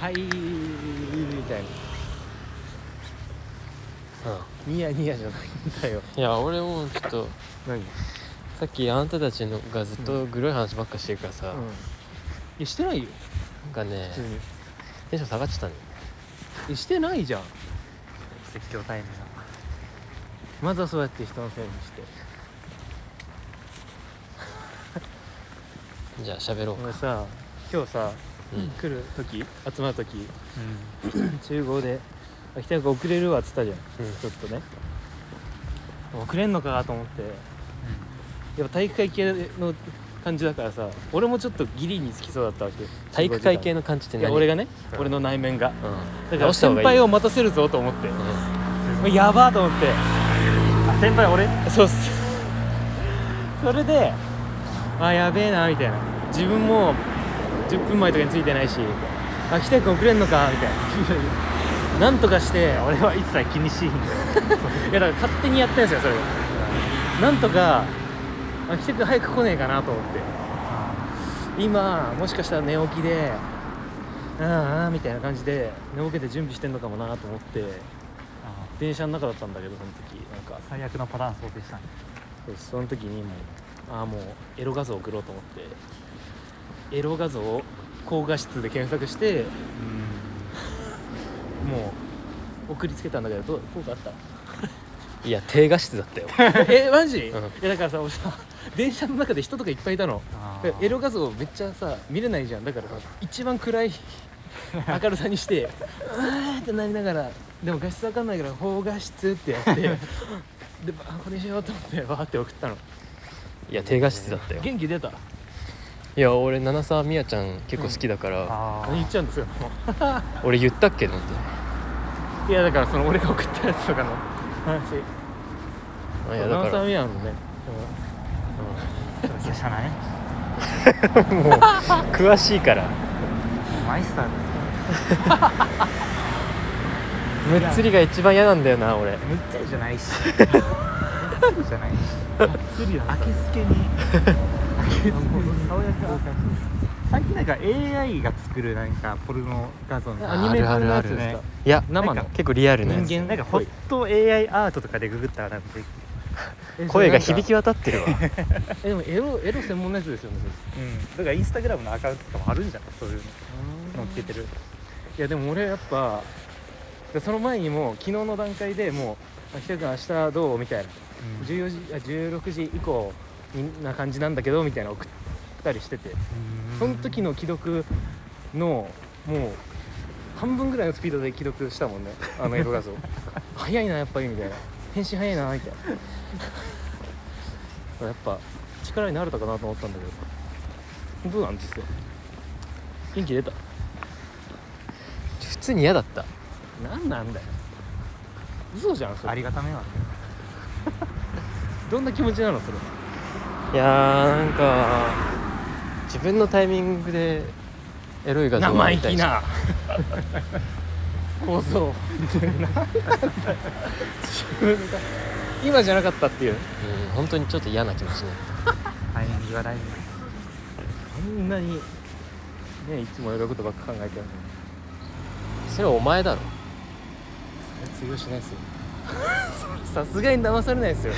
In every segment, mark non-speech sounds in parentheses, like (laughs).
はいみたいなニヤニヤじゃないんだよいや俺もちょっと何さっきあんたたちのがずっとグロい話ばっかしてるからうさ、んいやしてないよなんかね普通にテンション下がっちゃったねえしてないじゃん説教タイムまずはそうやって人のせいにしてだじゃあ喋ろう俺さ今日さ、うん来る時集まる時中5で「秋田君遅れるわ」っつったじゃんうんちょっとね遅れんのかと思ってやっぱ体育会系の感じだからさ俺もちょっとギリにつきそうだったわけ体育会系のの感じっていや何俺がね、うん俺の内面がうんだから直した先方がいい輩を待たせるぞと思ってうんもうやばーと思って先輩俺そうっすそれであやべえなみたいな自分も10分前とかについてないしあ来てくん遅れんのかみたいななんとかして俺は一切気にしいんだよいやだから勝手にやったんですよそれをなんとかあ来てくん早く来ねえかなと思って今もしかしたら寝起きであーあーみたいな感じで寝ぼけて準備してんのかもなと思って電車の中だったんだけどその時なんか最悪のパターン想定したねそうですその時にもうああもうエロ画像送ろうと思ってエロ画像を高画質で検索してもう送りつけたんだけどどう効果あった (laughs) いや低画質だったよえマジ、んいやだからさ俺さ電車の中で人とかいっぱいいたのあだからエロ画像めっちゃさ見れないじゃんだからさ一番暗 (laughs) い明るさにしてうわーってなりながらでも画質わかんないから高画質ってやってであこれにしようと思ってわーって送ったのいや低画質だったよ元気出たいや俺七沢美也ちゃん結構好きだから、あ何言っちゃうんですよもう俺言ったっけなんていやだからその俺が送ったやつとかの話いやだナオかさらんやんねあ社内詳しいからマイスターですむっつりが一番嫌なんだよな俺むっちゃじゃないしむっちゃじゃないしスリ明けすけに明けすけに爽やか最近なんか AI が作るなんかポルノ画像みたいアなニメあ風るのあやつるあるですかいや生なんのか結構リアルなやつ人間なんかホット AI アートとかでググったらなんかでき声が響きき渡ってるわえでもエロエロ専門のやつですよねるうんだからインスタグラムのアカウントとかもあるんじゃないそういうの載っけてるいやでも俺やっぱでその前にも昨日の段階でもう「秋田君明日どう?」みたいなうん14時あ16時以降にな感じなんだけどみたいな送ったりしててその時の既読のもう半分ぐらいのスピードで既読したも (laughs) んねあのエロ画像早いなやっぱりみたいな返信早いなみたいな (laughs) やっぱ力になれたかなと思ったんだけどどうなんですよ元気出た普通に嫌だった何なんだよ嘘じゃんそあれりがた迷惑どんな気持ちなのそれいやーなんか自分のタイミングでエロい画像生見意気たりしてな (laughs) 構造自分が (laughs) 今じゃなかったっていううん本当にちょっと嫌な気持ちねタイミングが大事だあんなにねいつもやることばっか考えてるそれはお前だろ通用しないですよ (laughs) さすがに騙されないですよ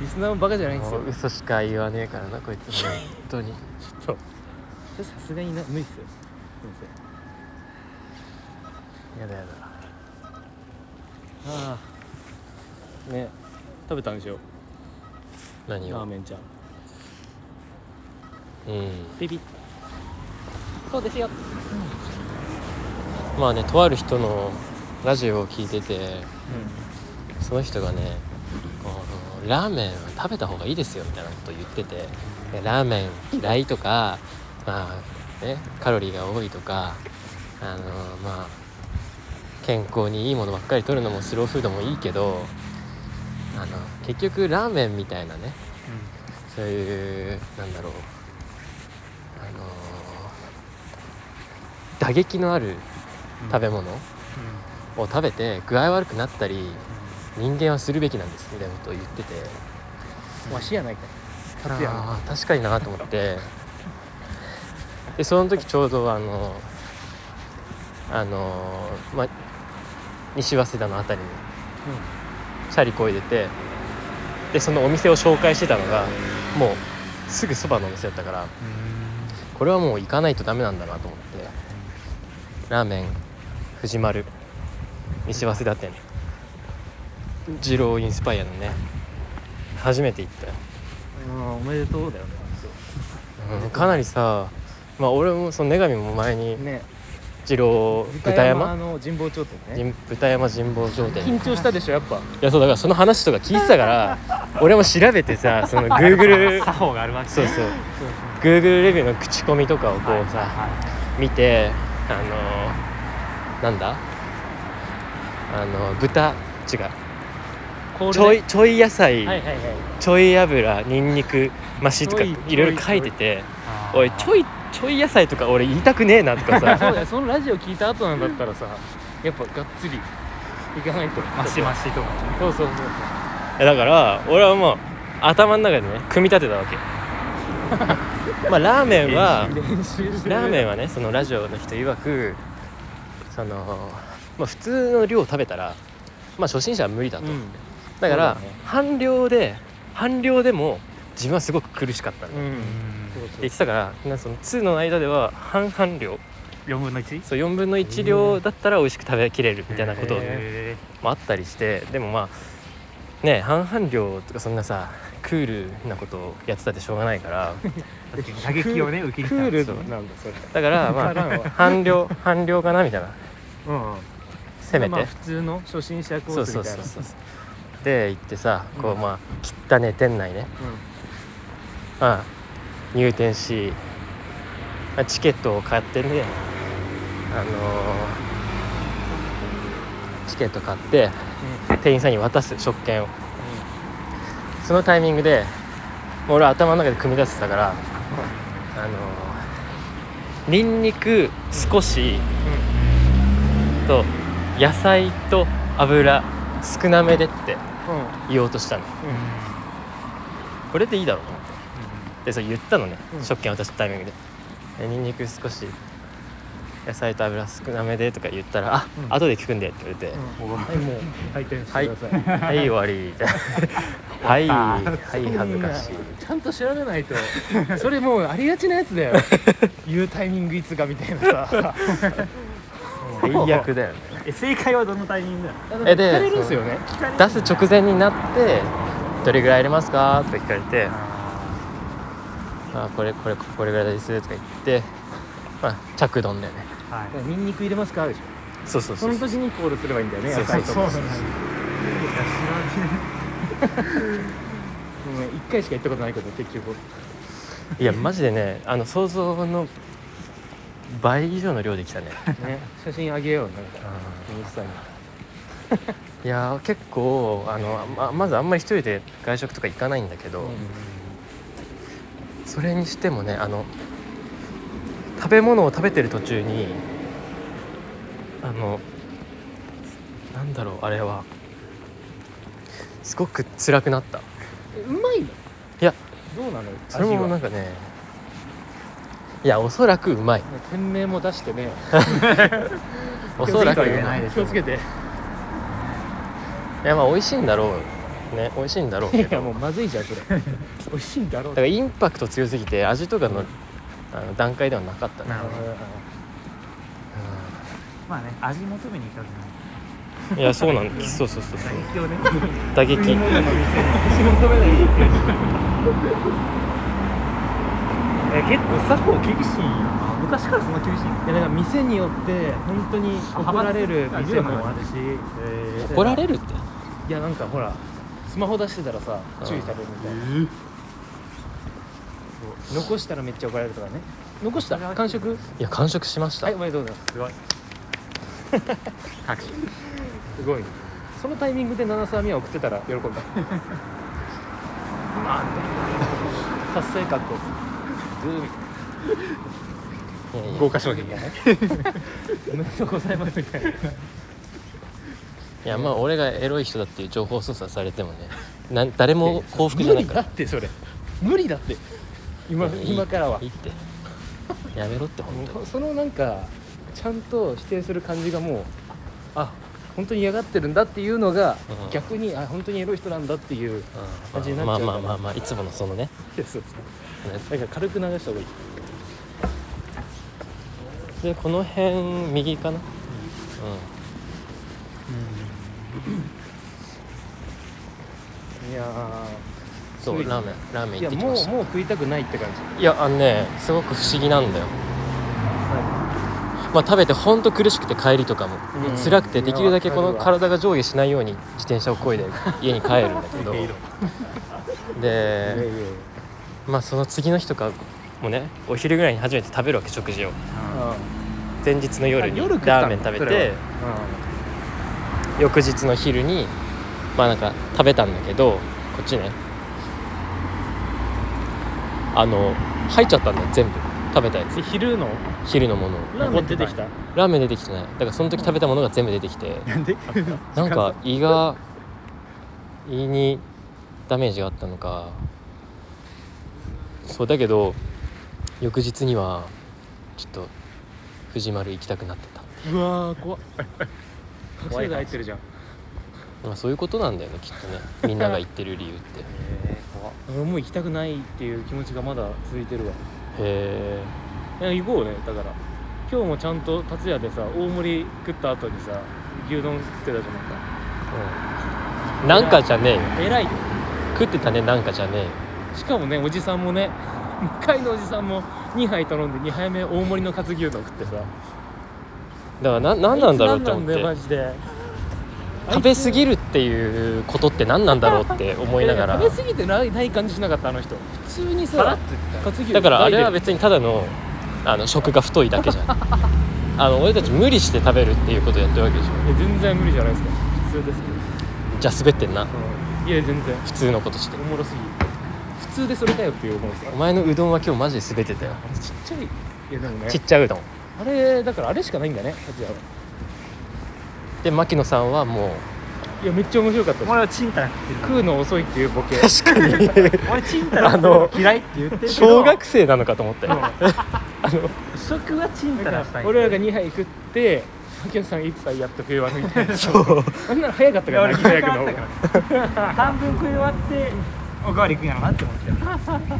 リスナーもバカじゃないんですよもう嘘しか言わねえからなこいつ本当にちょっとさすがにな無理っすよ先生やだやだああね食べたんでしょ何ラーをメンちゃんうんピピそうですよまあねとある人のラジオを聞いててその人がねあのラーメンは食べた方がいいですよみたいなことを言っててでラーメン嫌いとか、まあね、カロリーが多いとかあのまあ健康にいいものばっかり取るのもスローフードもいいけどあの結局ラーメンみたいなねそういうなんだろうあの打撃のある食べ物を食べて具合悪くなったり人間はするべきなんですみたいなことを言っててわしやないか達也のあー確かになと思ってでその時ちょうどあのあのーまあ、西早稲田の辺りにチャリこいでてでそのお店を紹介してたのがもうすぐそばのお店だったからこれはもう行かないとダメなんだなと思ってラーメン藤丸西早稲田店二郎インスパイアのね初めて行ったようんおめでとうだよねうんかなりさまあ俺もその女神も前にね二郎豚山の神保町店ね人豚山神保町店緊張したでしょやっぱいやそうだからその話とか聞いてたから俺も調べてさその Google 作法があるわけそうそうそう Google レビューの口コミとかをこはいうさは見てあのーなんだあの豚違うコールちょいちょい野で菜、はいはいはいちょい油にんにく増しとかちょいいろいろ書いててあーおいちょいちょい野菜とか俺言いたくねえなと (laughs) かそうさだよそのラジオ聞いた後なんだったらさやっぱがっつり行かないとマシマシとかそうそうそういやだから俺はもう頭の中でね組み立てたわけまあラーメンは練習してラーメンははねそのラジオの人曰くその、まあ、普通の量を食べたら、まあ、初心者は無理だと、うんだからそうだね半量で半量でも自分はすごく苦しかったんだってうん言ってたからなその2の間では半々量4分の 1? そう4分の1量だったら美味しく食べきれるみたいなことへもあったりしてでもまあね半々量とかそんなさクールなことをやってたってしょうがないからー確かに打撃をね受けクーに来たんでルすよなんだそれだからまわからんわあ半量半量かなみたいなうんせめまあて普通の初心者コそーうスそみうたそいうなそうで行ってさこううんまあ汚ね店内ね、まあ、入店し、まあ、チケットを買ってねあのーチケット買って店員さんに渡す食券をそのタイミングでもう俺は頭の中で組み出してたからあのーニンニク少しと野菜と油少なめでってうんうん言おうとしたのこれでいいだろうと思ってでそう言ったのね、うん食券渡したタイミングででニンニク少し野菜と油少なめでとか言ったら「あ、うん後で聞くんで」って言われて「ううんうんんはいもう回転してくださいはい終わ (laughs) り」みたいなはいはい恥ずかしい」ちゃんと調べないとそれもうありがちなやつだよ (laughs) 言うタイミングいつかみたいなさ最悪だよねえ正解はどのタイミングだえ聞でかれるんですよね出す直前になって「どれぐらい入れますか?」とか聞かれて「あこれこれこれぐらいです」とか言ってまあ着丼だよねはいニンニク入れますかでしょそうそうそそうの年にコールすればいいんだよねそう野そう菜そとうかそううん一回しか行ったことないけど結局いやマジでねあの想像の倍以上の量できた (laughs) ねね写真あげようなんかインスタにいやー結構あのままずあんまり一人で外食とか行かないんだけど、それにしてもねあの食べ物を食べてる途中にあのなんだろうあれはすごく辛くなったいえうまいのいやどうなのそれもなん味はかねいやおそらくうまい店名も出してねおそらく気をつけてうねまいい気をつけてやまあ美味しいんだろうね美味しいんだろうけいど (laughs) やもうまずいじゃんそれ美味しいんだろうだからインパクト強すぎて味とかの,、あの段階ではなかったねなるほどまあね味求めに行かずにいやそうなんですそうそうそうそう打撃をね打撃食い物の店にえ結構作法厳しいよな昔からそんな厳しいのいやだから店によって本当に怒られる店もあるし怒られるっていやなんかほらスマホ出してたらさ注意されるみたいな残したらめっちゃ怒られるとかね残した完食いや完食しました、はいおめでとうございますすごい拍手すごいそのタイミングで七沢美は送ってたら喜んだ達成感といやいや豪華商品がねおめでとうございますみたいないやまあ俺がエロい人だっていう情報操作されてもねなん誰も幸福じ無ゃない理かだらってそれ無理だって今いやいい今からはいいってやめろって本当もうそのなんかちゃんと否定する感じがもうあ本当に嫌がってるんだっていうのが、うん逆にあ本当にエロい人なんだっていううん味になっちまゃあうからまあまあまあいつものそのねそうそうだから軽く流した方がいいでこの辺右かないやうんそうラーメンラーメーンいや行ってきもうましたもう食いたくないって感じ、いやあのねすごく不思議なんだよはまあ食べてほんと苦しくて帰りとかもうん辛くてできるだけこいのやわかる体が上下しないように自転車をこいで家に帰るんだ (laughs) けどでまあその次の日とかもねお昼ぐらいに初めて食べるわけ食事を前日の夜にあ夜食ったのラーメン食べそれて翌日の昼にまあなんか食べたんだけどこっちねあの入っちゃったんだよ全部食べたやつえ昼の昼のものをラーメン出てきたラーメン出てきてないだからその時食べたものが全部出てきてなんでなんか胃が胃にダメージがあったのかそうだけど翌日にはちょっと藤丸行きたくなってた、うわー怖っ隠怖しいがな入ってるじゃんまあ、そういうことなんだよねきっとねみんなが言ってる理由 (laughs) ってへ俺もう行きたくないっていう気持ちがまだ続いてるわえいや行こうねだから今日もちゃんと達也でさ大盛り食った後にさ牛丼食ってたじゃないうんなんかじゃねえよか偉いよ食ってたねなんかじゃねえよしかもねおじさんもね (laughs) 向かいのおじさんも2杯頼んで2杯目大盛りのカツ牛丼食ってさだからな何なんだろうって思あいつ何なっんだよマてジで食べ過ぎるっていうことって何なんだろうって思いながら食べ過ぎてないない感じしなかったあの人普通にさらっさと言ったカツ牛丼だからあれは別にただのあの食が太いだけじゃ (laughs) んあの俺たち無理して食べるっていうことやってるわけでしょいや全然無理じゃないですか普通ですけどじゃあ滑ってんなうんいや全然普通のことしておもろすぎ普通でそれだよっていう思いですよお前のうどんは今日マジで滑ってたよあれちっちゃいいやでもねちっちゃうどんあれだからあれしかないんだね達也はで牧野さんはもういやめっちゃ面白かったおです前はチンタラ食ってる食うの遅いっていうボケ確かに俺チンタラ食うの嫌いって言ってるけど小学生なのかと思ったよ食はチンタラしたいんだ俺らよが2杯食って槙野さん1杯やっと食い終わるみたいなそうあんなの早かったいかやら俺な嫌早いくだのっ方たがから半分食い終わっておかわり行くんやろなって思ってた (laughs)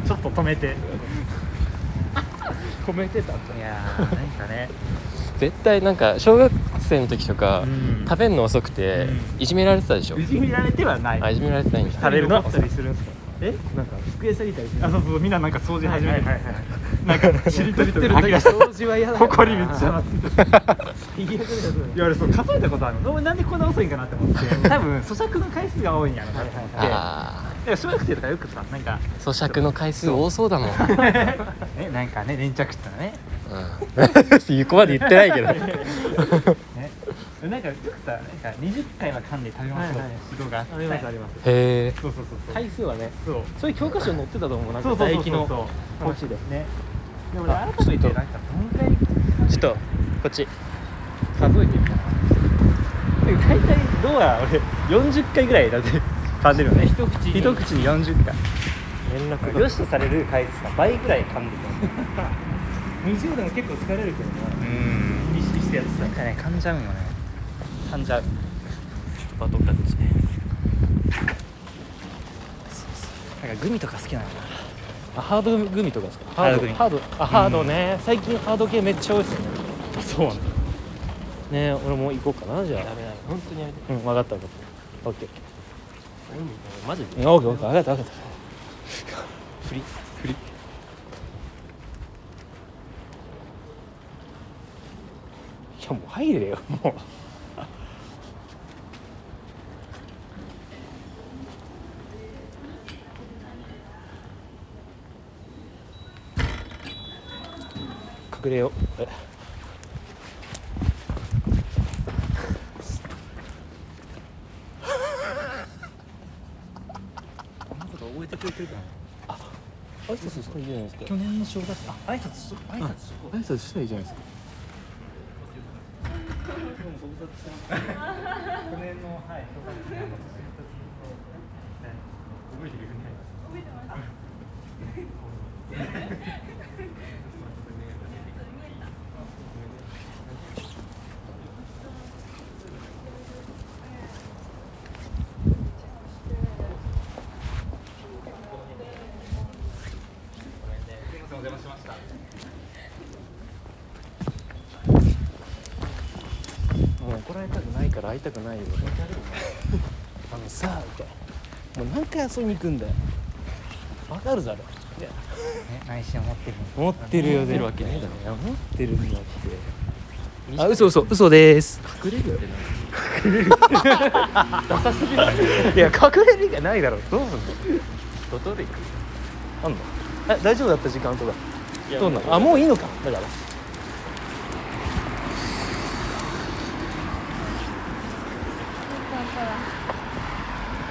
ちょっと止めて止めてたんだいやーなんかね絶対なんか小学生の時とか、うん食べんの遅くて、うんいじめられてたでしょいじめられてはないあいじめられてないんだ食べるの残ったりするんですかえなんか机下げたりするあそうそうみんななんか掃除始めてはいるはいはいなんかしりとり食とってるか吐き出時して (laughs) 掃除は嫌だよほこりめっちゃなってた最悪だよ (laughs) それいや俺そう数えたことあるの俺なんでこんな遅いんかなって思 (laughs) って多分咀嚼の回数が多いんやろなって思ってだかあら小学生とかよくさなんかあ咀嚼の回数多そうだもん、うん、ねなんかね粘着質のね (laughs) 言うこまで言ってないけ (laughs) どねなんかよくさなんか20回は噛んで食べましょはいうっはいて指導があってありますありますへえそうそうそうそう回数はねそうそういう教科書に載ってたと思うなんそか唾うそうそう液そうの話でねでもあね改めてなんかどんぐらいちょっとこっち数えてみたで大体ドア俺40回ぐらいだって噛んでるよね一口に一口に40回連絡良しとされる回数が倍ぐらい噛んでる20でも結構疲れるけどなうん意識してやってたなんかね噛んじゃうんよね噛んじゃうバトンタッチなんかグミとか好きなのあハードグミとかですかハードグミハードあハードね最近ハード系めっちゃ多いですよねそうなんだね俺も行こうかなじゃダメだ本当にやめてあうん分かった分かったオッケーマジオッケーオッケー分かった分かっフリフリたいやもう入れよもう隠れようえこんなこと覚えてくれてるかな挨拶したらいいじゃないですか去年の正月あ挨拶しと挨拶し挨拶したらいいじゃないですか去年のはい正月にあの覚えてくれないあられたくないから会いたくないよ俺あのさみたいなもう何回遊びに行くんだよわかるだろいや内心思ってる持ってるよ持ってるわけないだろいや持ってるんだってあ嘘嘘嘘です隠れるよねダサすぎる (laughs) いや隠れるがないだろどうすんのドトール行くあんのえ大丈夫だった時間とかいやどうなのあもういいのかだから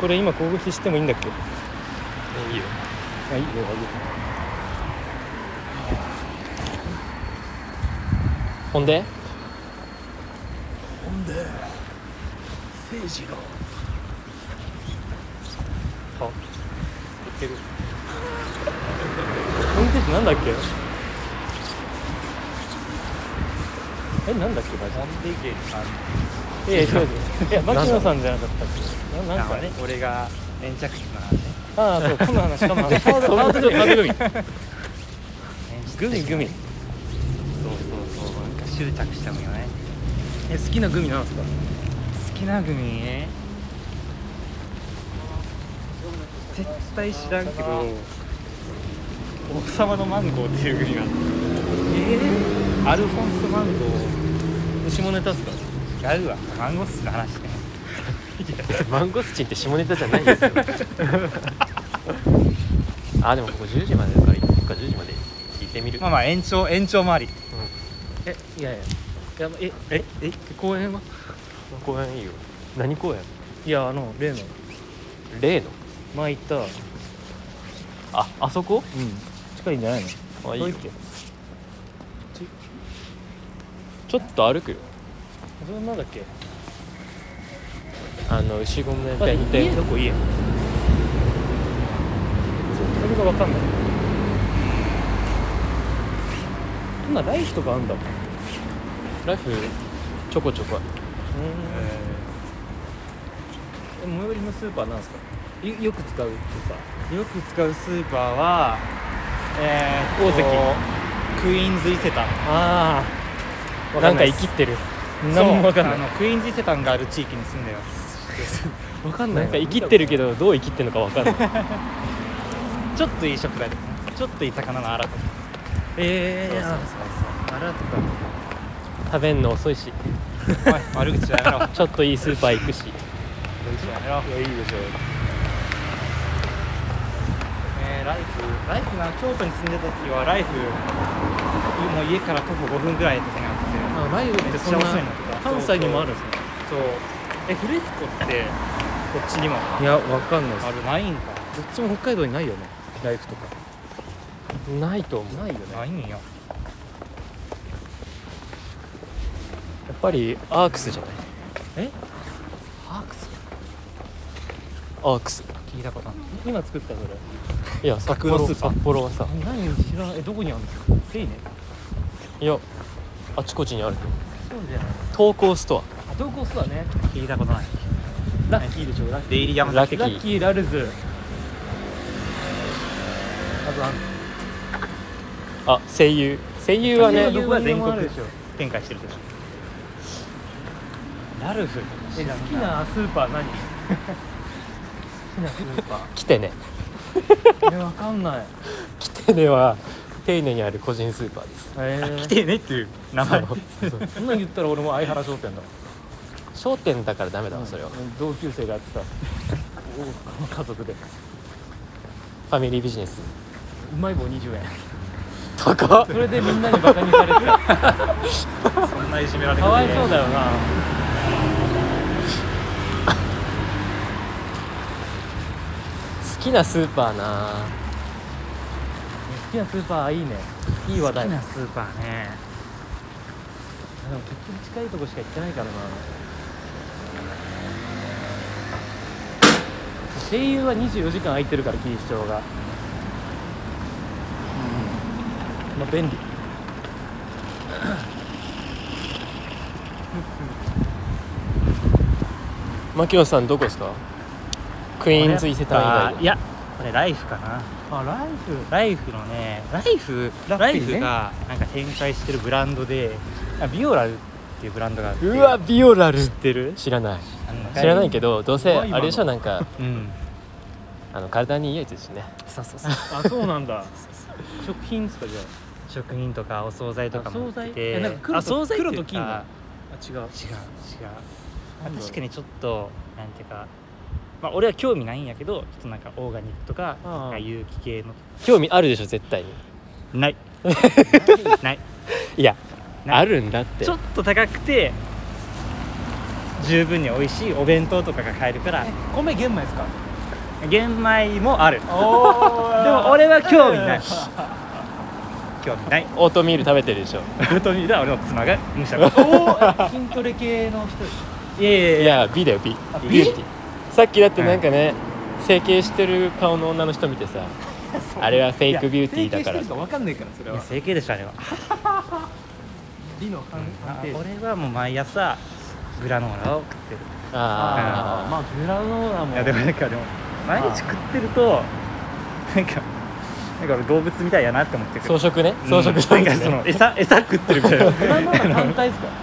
これ今攻撃してもいいんだっけいいよあいいよいいよほんでほんで誠治がはってる運転手なんだっけえなんだっけマジモンデゲさんでいや違う違ういや牧野さんじゃなかったっけななんかあね俺が粘着質な話ねああそうこの (laughs) 話この話ハードハードグミグミグミそうそうそうなんか執着したのよねえ好きなグミなんですか好きなグミね絶対知らんけど王様のマンゴーっていうグミがあってアルフォンスマンゴー下ネタっすか違うわマンゴスの話ねマンゴスチンって下ネタじゃな (laughs) いですよあでもここ10時までだから行くか10時まで聞いてみる、まあまあ延長延長もありえいやいやいやえええ公園は公園いいよ何公園いやあの例の例の前行った、うん、ああそこ近いんじゃないのあいい遠いよっけちょっと歩くよそれなんだっけあの牛込あ弁家天どこ家それが分かんない今ライフとかあんだもんうライフちょこちょこあるん最寄りのスーパーなんですかよよく使うスーパーよく使うスーパーはえー、大関クイーンズ伊勢丹ああなんかい生きってる何も分かんないそうあのクイーンズ伊勢丹がある地域に住んでます分かんなんか生きってるけどどう生きってるのかわかんないちょっといい食材ちょっといい魚のアラとかええー、あアラとか (laughs) 食べんの遅いしおい悪口はやめろ悪ちょっといいスーパー行くし口はやめいろやいいでしょえー、ライフライフな京都に住んでた時はライフもう家から徒歩5分ぐらいの時にあってあライブってそんなめっちゃ遅いのとか関西にもあるんですねそうえフレスコってこっちにもあいや分かんないでするないんかどっちも北海道にないよねライフとかないと思うないよなねいんよやっぱりアークスじゃないハークスアークス聞いたことない今作ったそれいや札架幌空のスーパー札幌はさ何知らんえどこにあるんですかいいねいやあちこちにあるそうじゃない投稿ストあ同コースだね聞いたことないラッキーでしょラッキデイリーア山ラ崎ッキーラッーキーラルズあとあのあ声優声優はね声優どこは全どこにでもある国でしょ展開してるでしょラルフえ好きなスーパー何 (laughs) 好きなスーパ来てねー (laughs) え分かんない来てねは丁寧にある個人スーパーですえー来てねっていう名前そんなん言ったら俺も相原商店だ商店だからダメだわそれは、うん同級生がや (laughs) ってたお家族でファミリービジネスうまい棒20円高っそれでみんなにバカにされてたそんないじめられ (laughs) てかわいそうだよな好きなスーパーな好きなスーパーいいねいい話題好きでなもスーパーね結局近いとこしか行ってないからな声優は24時間空いてるから錦糸町がうんまあ便利牧野さんどこですかクイーンズ伊勢丹以外いやこれライフかなあライフライフのねライフララッイピーねフがなんか展開してるブランドであビオラルってっていうブランドがあってうわビオラル知ってる知らないあんの知らないけどどうせ怖いわあれでしょなんかうんあの体にいいやつですねそうそうそうあそうなん (laughs) だ食品ですかじゃあ食品とかお惣菜とかも売っててあ惣菜えなんか黒とあ惣菜っていう黒と金のかあ違う違う違うなあんだろう確かにちょっとなんていうかまあ俺は興味ないんやけどちょっとなんかオーガニックとかああなんか有機系の興味あるでしょ絶対にないないいやないあるんだってちょっと高くて十分に美味しいお弁当とかが買えるから米玄米ですか玄米もあるでお (laughs) ーも俺は興味 (laughs) ない興味ないオートミール食べてるでしょ本当にだ俺の妻がむしゃむしお筋トレ系の人ですゃ (laughs) いやいやいいやや美だよ美美ビューティーさっきだってなんかね整形してる顔の女の人見て (laughs) さあれはフェイクビューティーだから整形してるか分かんないからそれいやは整形でしょあれは美の関あ係者俺はもう毎朝グラノーラを食ってるああーまあグラノーラもいやでもなんかでも毎日食ってるとなんかなんか俺動物みたいやなって思ってあく装る飾ねうん装飾なんかその餌餌食ってるみたいなグラノーラ単体ですか (laughs)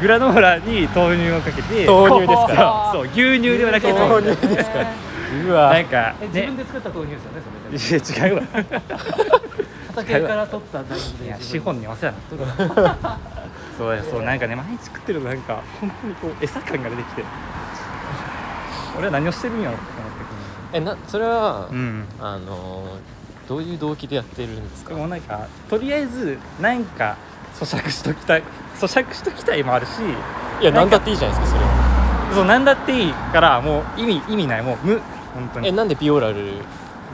グラノーラに豆乳をかけて豆乳です (laughs) かそうそう牛乳ではなくて豆乳乳ですからうわなんかえ自ね分で作った豆乳ですよねそれいや違うわ畑から取った大豆いでや資本にお世話になったそうやそうなんかね毎日食ってるとなんか本当にこう餌感が出てきて俺は何をしてるんやろって思ってえなそれはくるうんあのーどういう動機でやってるんですでかもなんかとりあえずなんか咀嚼しときたい咀嚼しときたいもあるしいや何だっていいじゃないですかそれはそうなんだっていいからもう意味意味ないもう無本当えになんでビオラル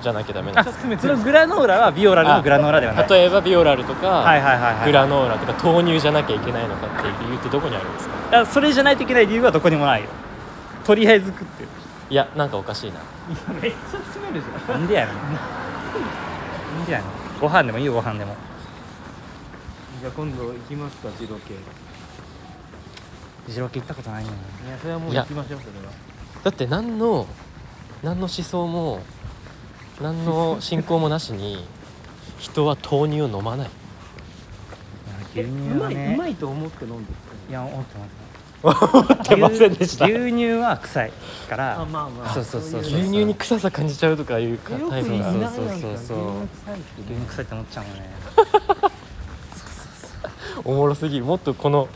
じゃなきゃダメなあんですかそのグラノーラはビオラルあのグラノーラではない例えばビオラルとはいかはいはいはいグラノーラとか豆乳じゃなきゃいけないのかっていう理由ってどこにあるんですかいやそれじゃないといけない理由はどこにもないよとりあえず食ってるいやなんかおかしいなめっちゃ詰めるじゃんなんでやねんなんでやねんご飯でもいいよご飯でもじゃあ今度行きますか自動系い二郎系行ったことないよなやそれはもういや行きましょうそれはだって何の何の思想も何の信仰もなしに人は豆乳を飲まない牛う乳まはいうねまいと思って飲んでるいや思ってますてませんでした牛牛乳は臭いからあまあまあそうそうそういそう牛乳に臭さ感じちゃうとかいうかよくタイプ言いなががらそうそうそうそう牛乳臭いって牛ね乳臭いって思っちゃうもんねおもろすぎるもっとこの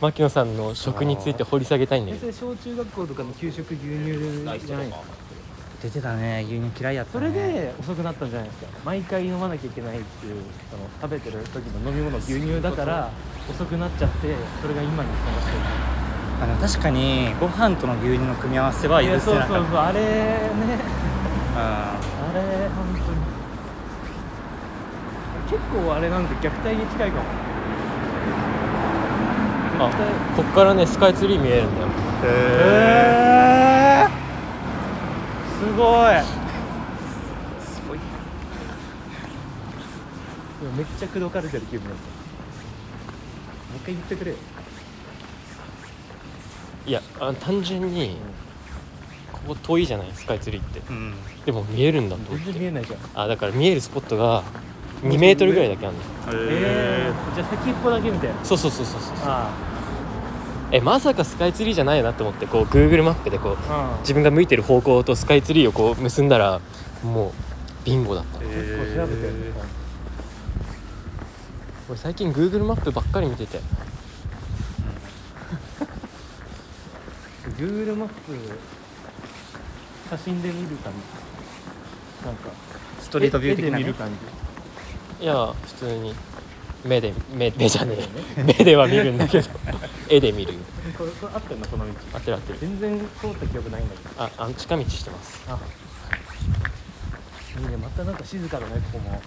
牧野さんの食について掘り下げたいんだえけそどれ小中学校とかの給食牛乳じゃないですか出てたね牛乳嫌いやった、そね、れで遅くなったんじゃないですか毎回飲まなきゃいけないっていうその食べてる時の飲み物牛乳だから遅くなっちゃってそれが今につながってるあの確かにご飯との牛乳の組み合わせはい許やせそうなそうそうかっあれねたあれ本当に結構あれなんで虐待に近いかもあこっからねスカイツリー見えるんだよへえすごいいやめっちゃ口説かれてる気分だったもう一回言ってくれよいやあ単純にここ遠いじゃないスカイツリーってうんでも見えるんだと全然見えないじゃんあだから見えるスポットが2メートルぐらいだけあるのええじゃあ先っぽだけみたいなそうそうそうそうそうあえまさかスカイツリーじゃないよなって思ってこう Google マップでこうあうん自分が向いてる方向とスカイツリーをこう結んだらもうビンゴだった結構調べてるね俺最近 Google マップばっかり見てて Google マップ写真で見る感じなんかスストリートビュー的な見ねる感じいや普通に目で目目じゃね (laughs) え目では見るんだけど絵で見るよこれこれ合ってんのこの道合ってる合ってる全然通った記憶ないんだけどああ近道してますあいいねまたなんか静かだねここも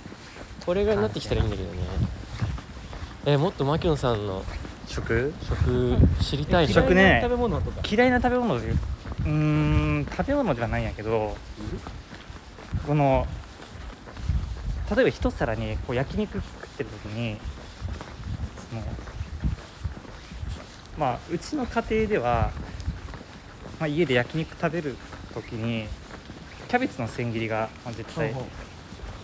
これぐらいになってきたらいいんだけどねえもっと牧野さんの食食知りたいえな食ね嫌いな食べ物とか嫌いな食べ物でううーん食べ物ではないんやけどこの例えば一皿にこう焼肉食ってる時にそのまあうちの家庭では、まあ、家で焼肉食べる時にキャベツの千切りがまあ絶対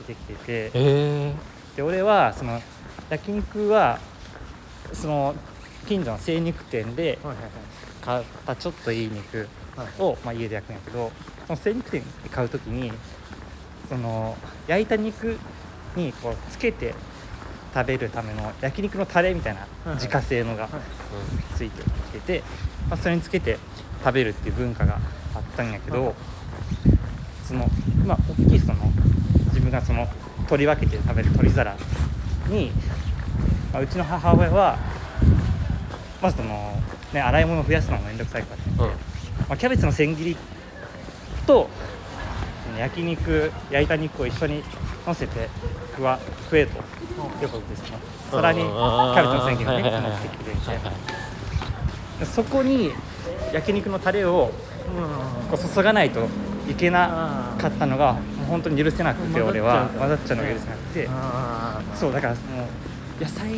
出てきててえー、で俺はその焼肉はその近所の精肉店ではいはいはい買ったちょっといい肉はいを、まあ、家で焼くんやけどその精肉店で買う時にその焼いた肉にこうつけて食べるための焼肉のタレみたいいはない自家製のがうついてきてて、まあ、それにつけて食べるっていう文化があったんやけどそのまあ大きいその自分がその取り分けて食べる取り皿に、まあ、うちの母親はまずその、ね、洗い物を増やすのも面倒くさいからって、んうんまあ、キャベツの千切りとその焼肉焼いた肉を一緒に乗せて食わ食えということですね皿にキャベツの千切りをねうん持ってきてくれはいてはい。そこに焼肉のタレをうんうんうんこう注がないといけなあーかったのがもう本当に許せなくて混ざっちゃう俺はから混ざっちゃうのが許せなくてあーそうだからもう野菜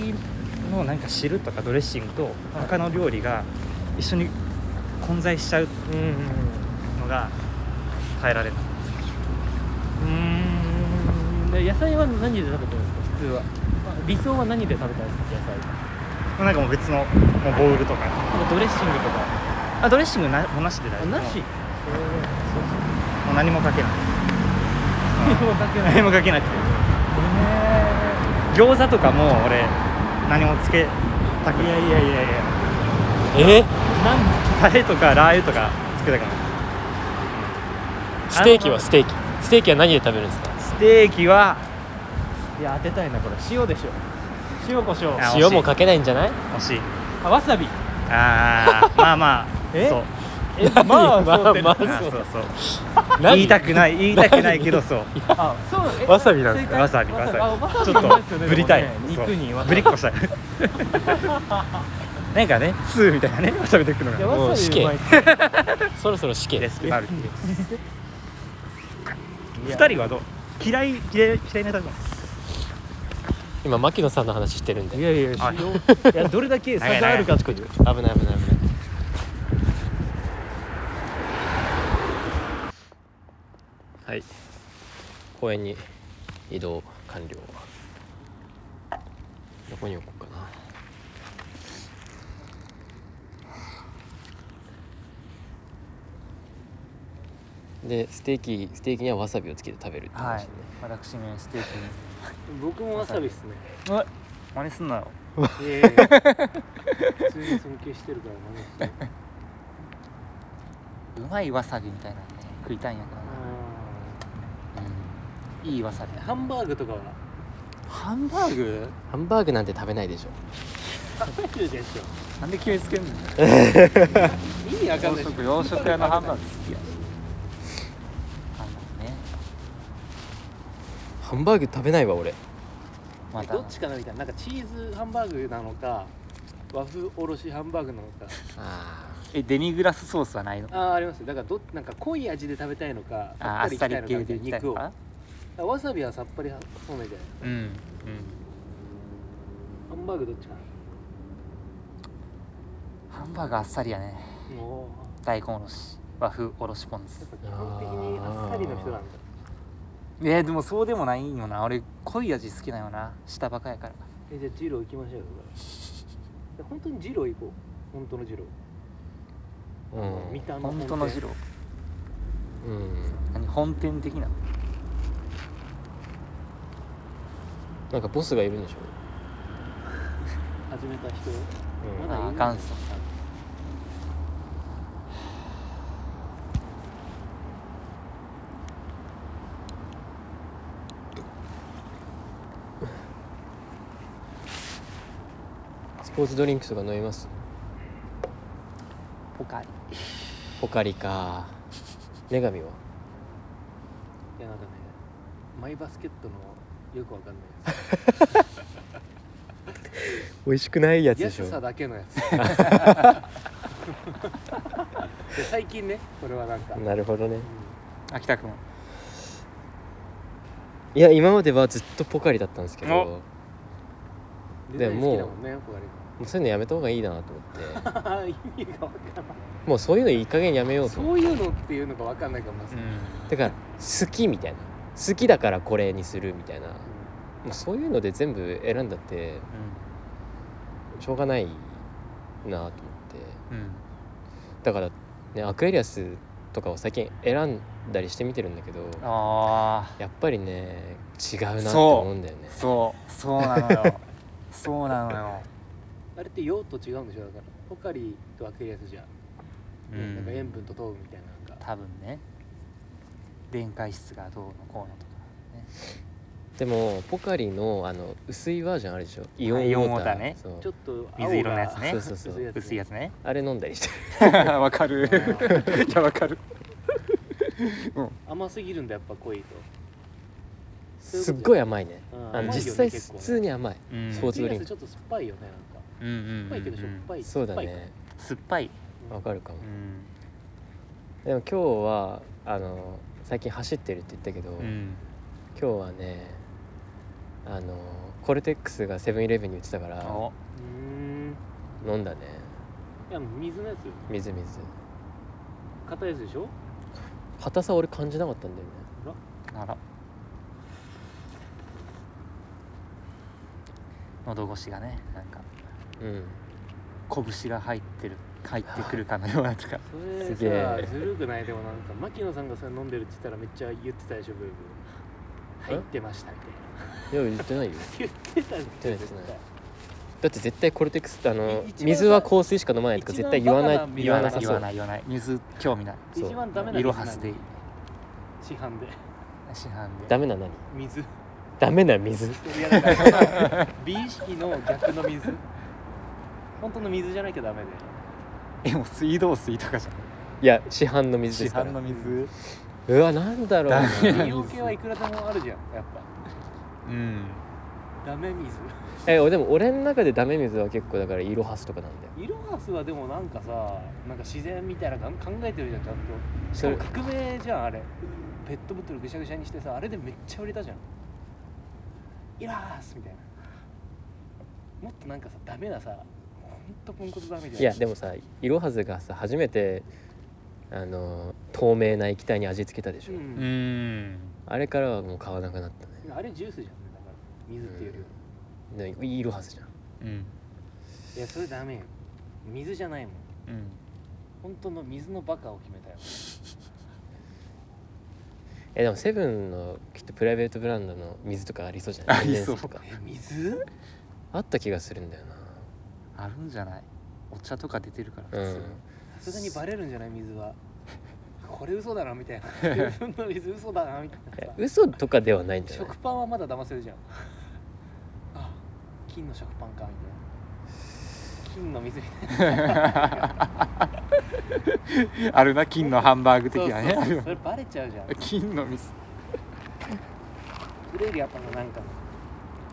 のなんか汁とかドレッシングと他の料理が一緒に混在しちゃううんうんのが耐えられないうんうーんで野菜は何で食べてるんですか普通はあ理想は何で食べたいですか野菜もうなんかもう別のもうボウルとかなんかドレッシングとかあドレッシングなもうなしで大あ丈夫なもうしもう何もかけない (laughs) 何 (laughs) もかけない何もかけなくて餃子とかもう俺何もつけたくないいやいやいやいやえなんタレとかラー油とかつけたからステーキはステーキステーキは何で食べるんですかステーキはいや当てたいなこれ塩でしょ塩コショウあ惜しい塩もかけないんじゃない惜しいあわさびああ (laughs) まあまあえそうえまあまあそうってまああーそうそう言いた何くない言いたくないけどそうあそうえわさびなんです (laughs) かわさびわさびあわさびちょっうまいですよとねぶりたいでもねそう肉にわさぶびりっこしたい (laughs) なんかねツーみたいなねわさびでくのいやがわさびうまいっすよそろそろ死刑レシピあるいや二人はどう嫌い嫌い嫌いな食べ物今牧野さんの話してるんでいやいやあ塩いやどれだけ差があるかっていう危ない危ない危ないはい公園に移動完了どこに置こうかなでステーキステーキにはわさびをつけて食べるって話ね、はい私ねステーキに僕もわさびっすね真似すんなよええ普通に尊敬してるからねうまいわさびみたいなのね食いたいんやからいいわさびハンバーグとかはハンバーグハンバーグなんて食べないでしょ食べてるでしょなんで決めつけんの意味わかんない洋食屋のハンバーググ好きやハンバーグねハンバーグ食べないわ俺またどっちかなみたいななんかチーズハンバーグなのか和風おろしハンバーグなのかあーえデミグラスソースはないのああありますよだからどなんか濃い味で食べたいのかああっいきさたいのりか系みたでいいなきたい肉のをかあわさびはさっぱりそうめんじゃないうんうんハンバーグどっちかハンバーグあっさりやねなも大根おろし和風おろしポン酢うやっぱ基本的にあっさりの人なんだえー、でもそうでもないんよな俺濃い味好きなんよな下バカやからえじゃあジロー行きましょうよだから本当にジロー行こう本当のジロー、うん見た目本当の二郎うん何本店的ななんかボスがいるんでしょ始めた人うんまだいるあ元祖スポーツドリンクとか飲みますポカリポカリ (laughs) か女神はいやなんかねマイバスケットのよくわかんない美味しく (laughs) ないややつ安さだけのやつで最近ねこれはなんか、うんなるほどね秋田君いや今まではずっとポカリだったんですけどおもデでザイン好きだももんねポうそういうのやめた方がいいなと思 (laughs) ってカリ意味がわかんないもうそういうのいい加減やめようとそ思っういうのっていうのがわかんないかもしれない、てだから好きみたいな好きだからこれにするみたいなもうそういうので全部選んだってしょうがないなと思ってうんだから、ね、アクエリアスとかを最近選んだりしてみてるんだけどあやっぱりね違うなってそう思うんだよねあそうそうな (laughs) のよそうなのよあれって用途違うんでしょだからポカリとアクエリアスじゃ、うんなんか塩分と糖分みたいななんか多分ね電解質がどうのこうのとかでもポカリのあの薄いバージョンあるでしょイオンウイオンウォォーータターーねそうちょっと青が水色のやつねそうそうそう薄いやつね薄いやつ (laughs) ねあれ飲んだりしてるわかるいやわかる甘すぎるんだやっぱ濃いとそういうことすっごい甘いねうんあ甘いよのね実際結構普ね通に甘いうんスポーツドアクエリリンアスクちょっと酸っぱいよねなんかうんうん酸っぱいけどしょっぱいそうだ酸っぱいね酸っぱいかわかるかもうんでも今日はあの最近走ってるって言ったけど、うん今日はねあのコルテックスがセブンイレブンに売ってたからおうん飲んだねいや水のやつよみずみず硬いやつでしょ硬さ俺感じなかったんだよねあら喉越しがねなんかうん拳が入ってる入ってくるかのようなとかそれすげさえずるくないでもなんか牧野さんがそれ飲んでるって言ったらめっちゃ言ってたでしょブーブー入ってましたみたいないや言ってないよ言ってたんだ言よって絶ない対だって絶対コルテックスってあのい一番さ水は香水しか飲まないとか絶対言わ一な番バカいな言わなさ言そわうない言わない水興味ないそう一番ダメなイロ水ハスでいい市販で市販でダメな何水ダメな水いやだ (laughs) から美意識の逆の水本当の水じゃなきゃダメで (laughs) えもう水道水とかじゃんいや市販の水市ですか販らの水うわなんだろうなダメ美容系はいくらでもあるじゃんやっぱうんダメ水えでも俺の中でダメ水は結構だからイロハスとかなんだよイロハスはでもなんかさなんか自然みたいなの考えてるじゃんちゃんとしかも革命じゃんあれペットボトルぐしゃぐしゃにしてさあれでめっちゃ売れたじゃんイロハスみたいなもっとなんかさダメなさほんとポンコツダメじゃんいやでもさイロハスがさ初めてあの透明な液体に味付けたでしう、ょ、うんんあれからはもう買わなくなったねあれジュースじゃんだから水っていうよりはでイロハスじゃんうんいやそれダメよ水じゃないもんうん本当の水のバカを決めたよえでもセブンのきっとプライベートブランドの水とかありそうじゃないありそう天然水とかえ水あった気がするんだよあるんじゃないお茶とか出てるから普なう通んさすがにバレるんじゃない水はこれ嘘だなみたいな自分の水嘘だなみたいえなさ嘘とかではないんだよ、(laughs) ね食、パンはまだ騙せるじゃんあ金の食パンかみたいな金の水みたいなあるな金のハンバーグ的そうなねそうあそるうわそれバレちゃうじ (laughs) ゃん金の水それよりやっぱなんか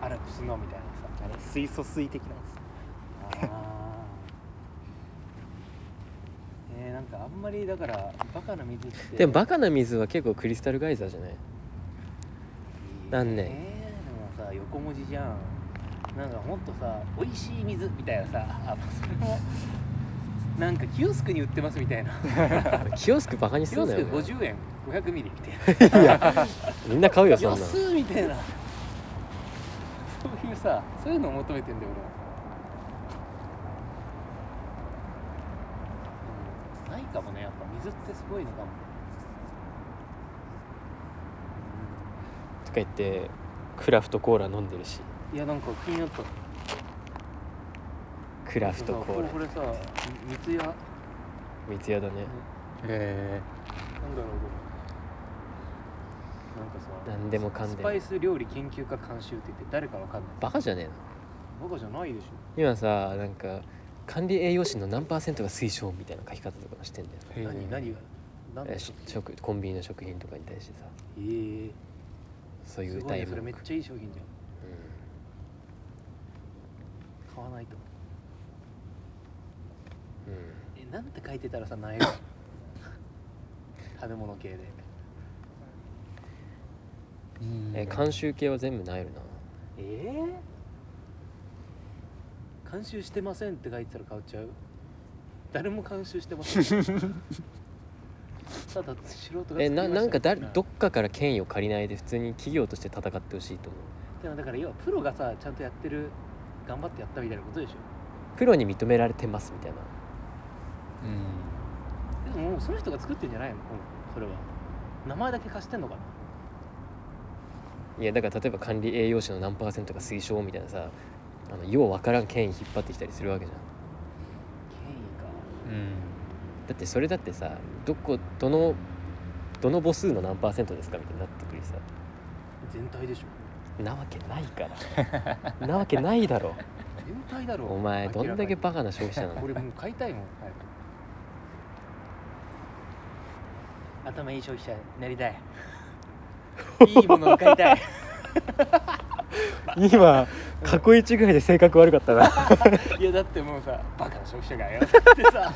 アルプスのみたいなさあれ水素水的なやつ (laughs) あーえー、なんかあんまりだからバカな水ってでもバカな水は結構クリスタルガイザーじ (laughs) ゃないなんねえー、でもさ横文字じゃんなんかもっとさ「美味しい水」みたいなさあまあそれもなんかキオスクに売ってますみたいなキオスクバカにすキオるなスクよ、ね、 50円500ミリみたいなみんな買うよそんなの安っみたいなそういうさそういうのを求めてんだよ俺は、うん、ないかもねやっぱ水ってすごいのかもとか言ってクラフトコーラ飲んでるしいやなんか気になったクラフトコーラこれさみ三ツ矢なんだ三ツ矢だねへろうこれなんかさ何でもかんスでパもイス料理研究家監修って言って誰かわかんないバカじゃねえのバカじゃないでしょ今さなんか管理栄養士の何パーセントが推奨みたいな書き方とかもしてんだよ、え何何が何えでーししょ食コンビニの食品とかに対してさえー、そういすうごいタイねムそれめっちゃいい商品じゃんう買わないとんうんえなんて書いてたらさ苗が (laughs) 食べ物系でえー監修系は全部ないよなええ監修してませんって書いてたら買っちゃう誰も監修してません (laughs) ただ素人がえななんかだどどっかから権威を借りないで普通に企業として戦ってほしいと思でもだから要はプロがさちゃんとやってる頑張ってやったみたいなことでしょうプロに認められてますみたいなでももうその人が作ってるんじゃないの本それは名前だけ貸してんのかないやだから例えば管理栄養士の何パーセントが推奨みたいなさあのようわからん権威引っ張ってきたりするわけじゃん権威かだってそれだってさどこどのどの母数の何パーセントですかみたいになってくるしさ全体でしょなわけないから (laughs) なわけないだろ全体だろお前どんだけババカな消費者な (laughs) の俺もう買いたいもん早く頭いい消費者になりた (laughs) いいいものを買いたい今過去一ぐらいで性格悪かったな (laughs) いやだってもうさバカな消費者が (laughs) よってさ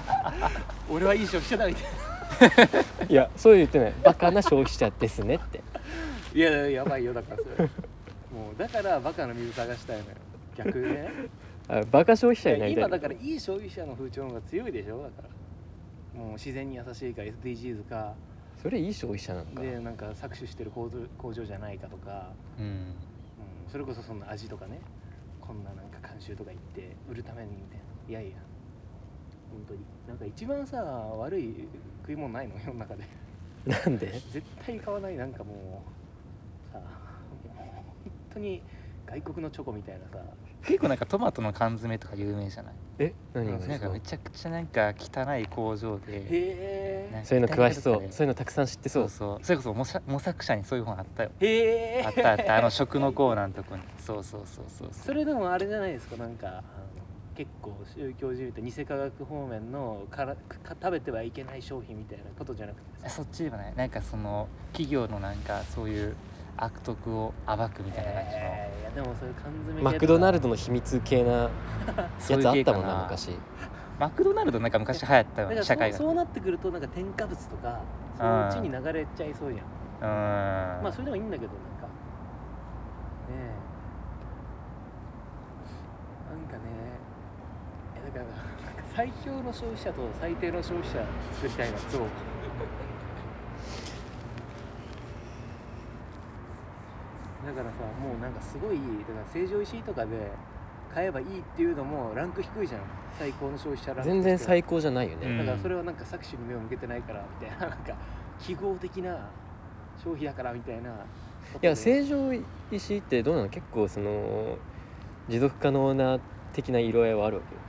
俺はいい消費者だみたいないやそう言ってないバカな消費者ですねって (laughs) いややばいよだからそれもうだからバカの水探したいのよ逆で (laughs) ねあバカ消費者にいなやりた今いだからいい消費者の風潮の方が強いでしょだからもう自然に優しいか SDGs かそれいい消費者なのかでなんか搾取してる工場工場じゃないかとか、うんうん、それこそそんな味とかねこんななんか監修とか行って売るためにみたいないやいや本当になんか一番さ悪い食い物ないの世の中で (laughs) なんで絶対買わないなんかもうさもう本当に外国のチョコみたいなさ結構なんかトマトの缶詰とか有名じゃないえ何がなんかめちゃくちゃなんか汚い工場でへなんえかそういうの詳しそうイタリアとかでそういうのたくさん知ってそそううそうそれこそ模索模索者にそういう本あったよへえあったあったあの食のコーナーのとこにそうそうそうそう (laughs) それでもあれじゃないですかなんかあの結構宗教じみた偽科学方面のからか食べてはいけない商品みたいなことじゃなくてそっちでもないなんかその企業のなんかそういう悪徳を暴くみたいな感じの、えーいやでもそういう缶詰系マクドナルルドの秘密系なそやういうつあっ系たかもんな昔マクドナルドなんか昔流行っただよかねら社会がそうそうなってくるとなんか添加物とかそのうちに流れちゃいそうじゃんうーんまあそれでもいいんだけどなんかねえなんかねいやだからなんか最強の消費者と最低の消費者作りたいなそうだからさもうなんかすごいだから成城石井とかで買えばいいっていうのもランク低いじゃん最高の消費者ランクとして全然最高じゃないよね、うんだからそれはなんか搾取に目を向けてないからみたいな (laughs) なんか記号的な消費だからみたいな。いや成城石井ってどうなの結構その持続可能な的な色合いはあるわけよ、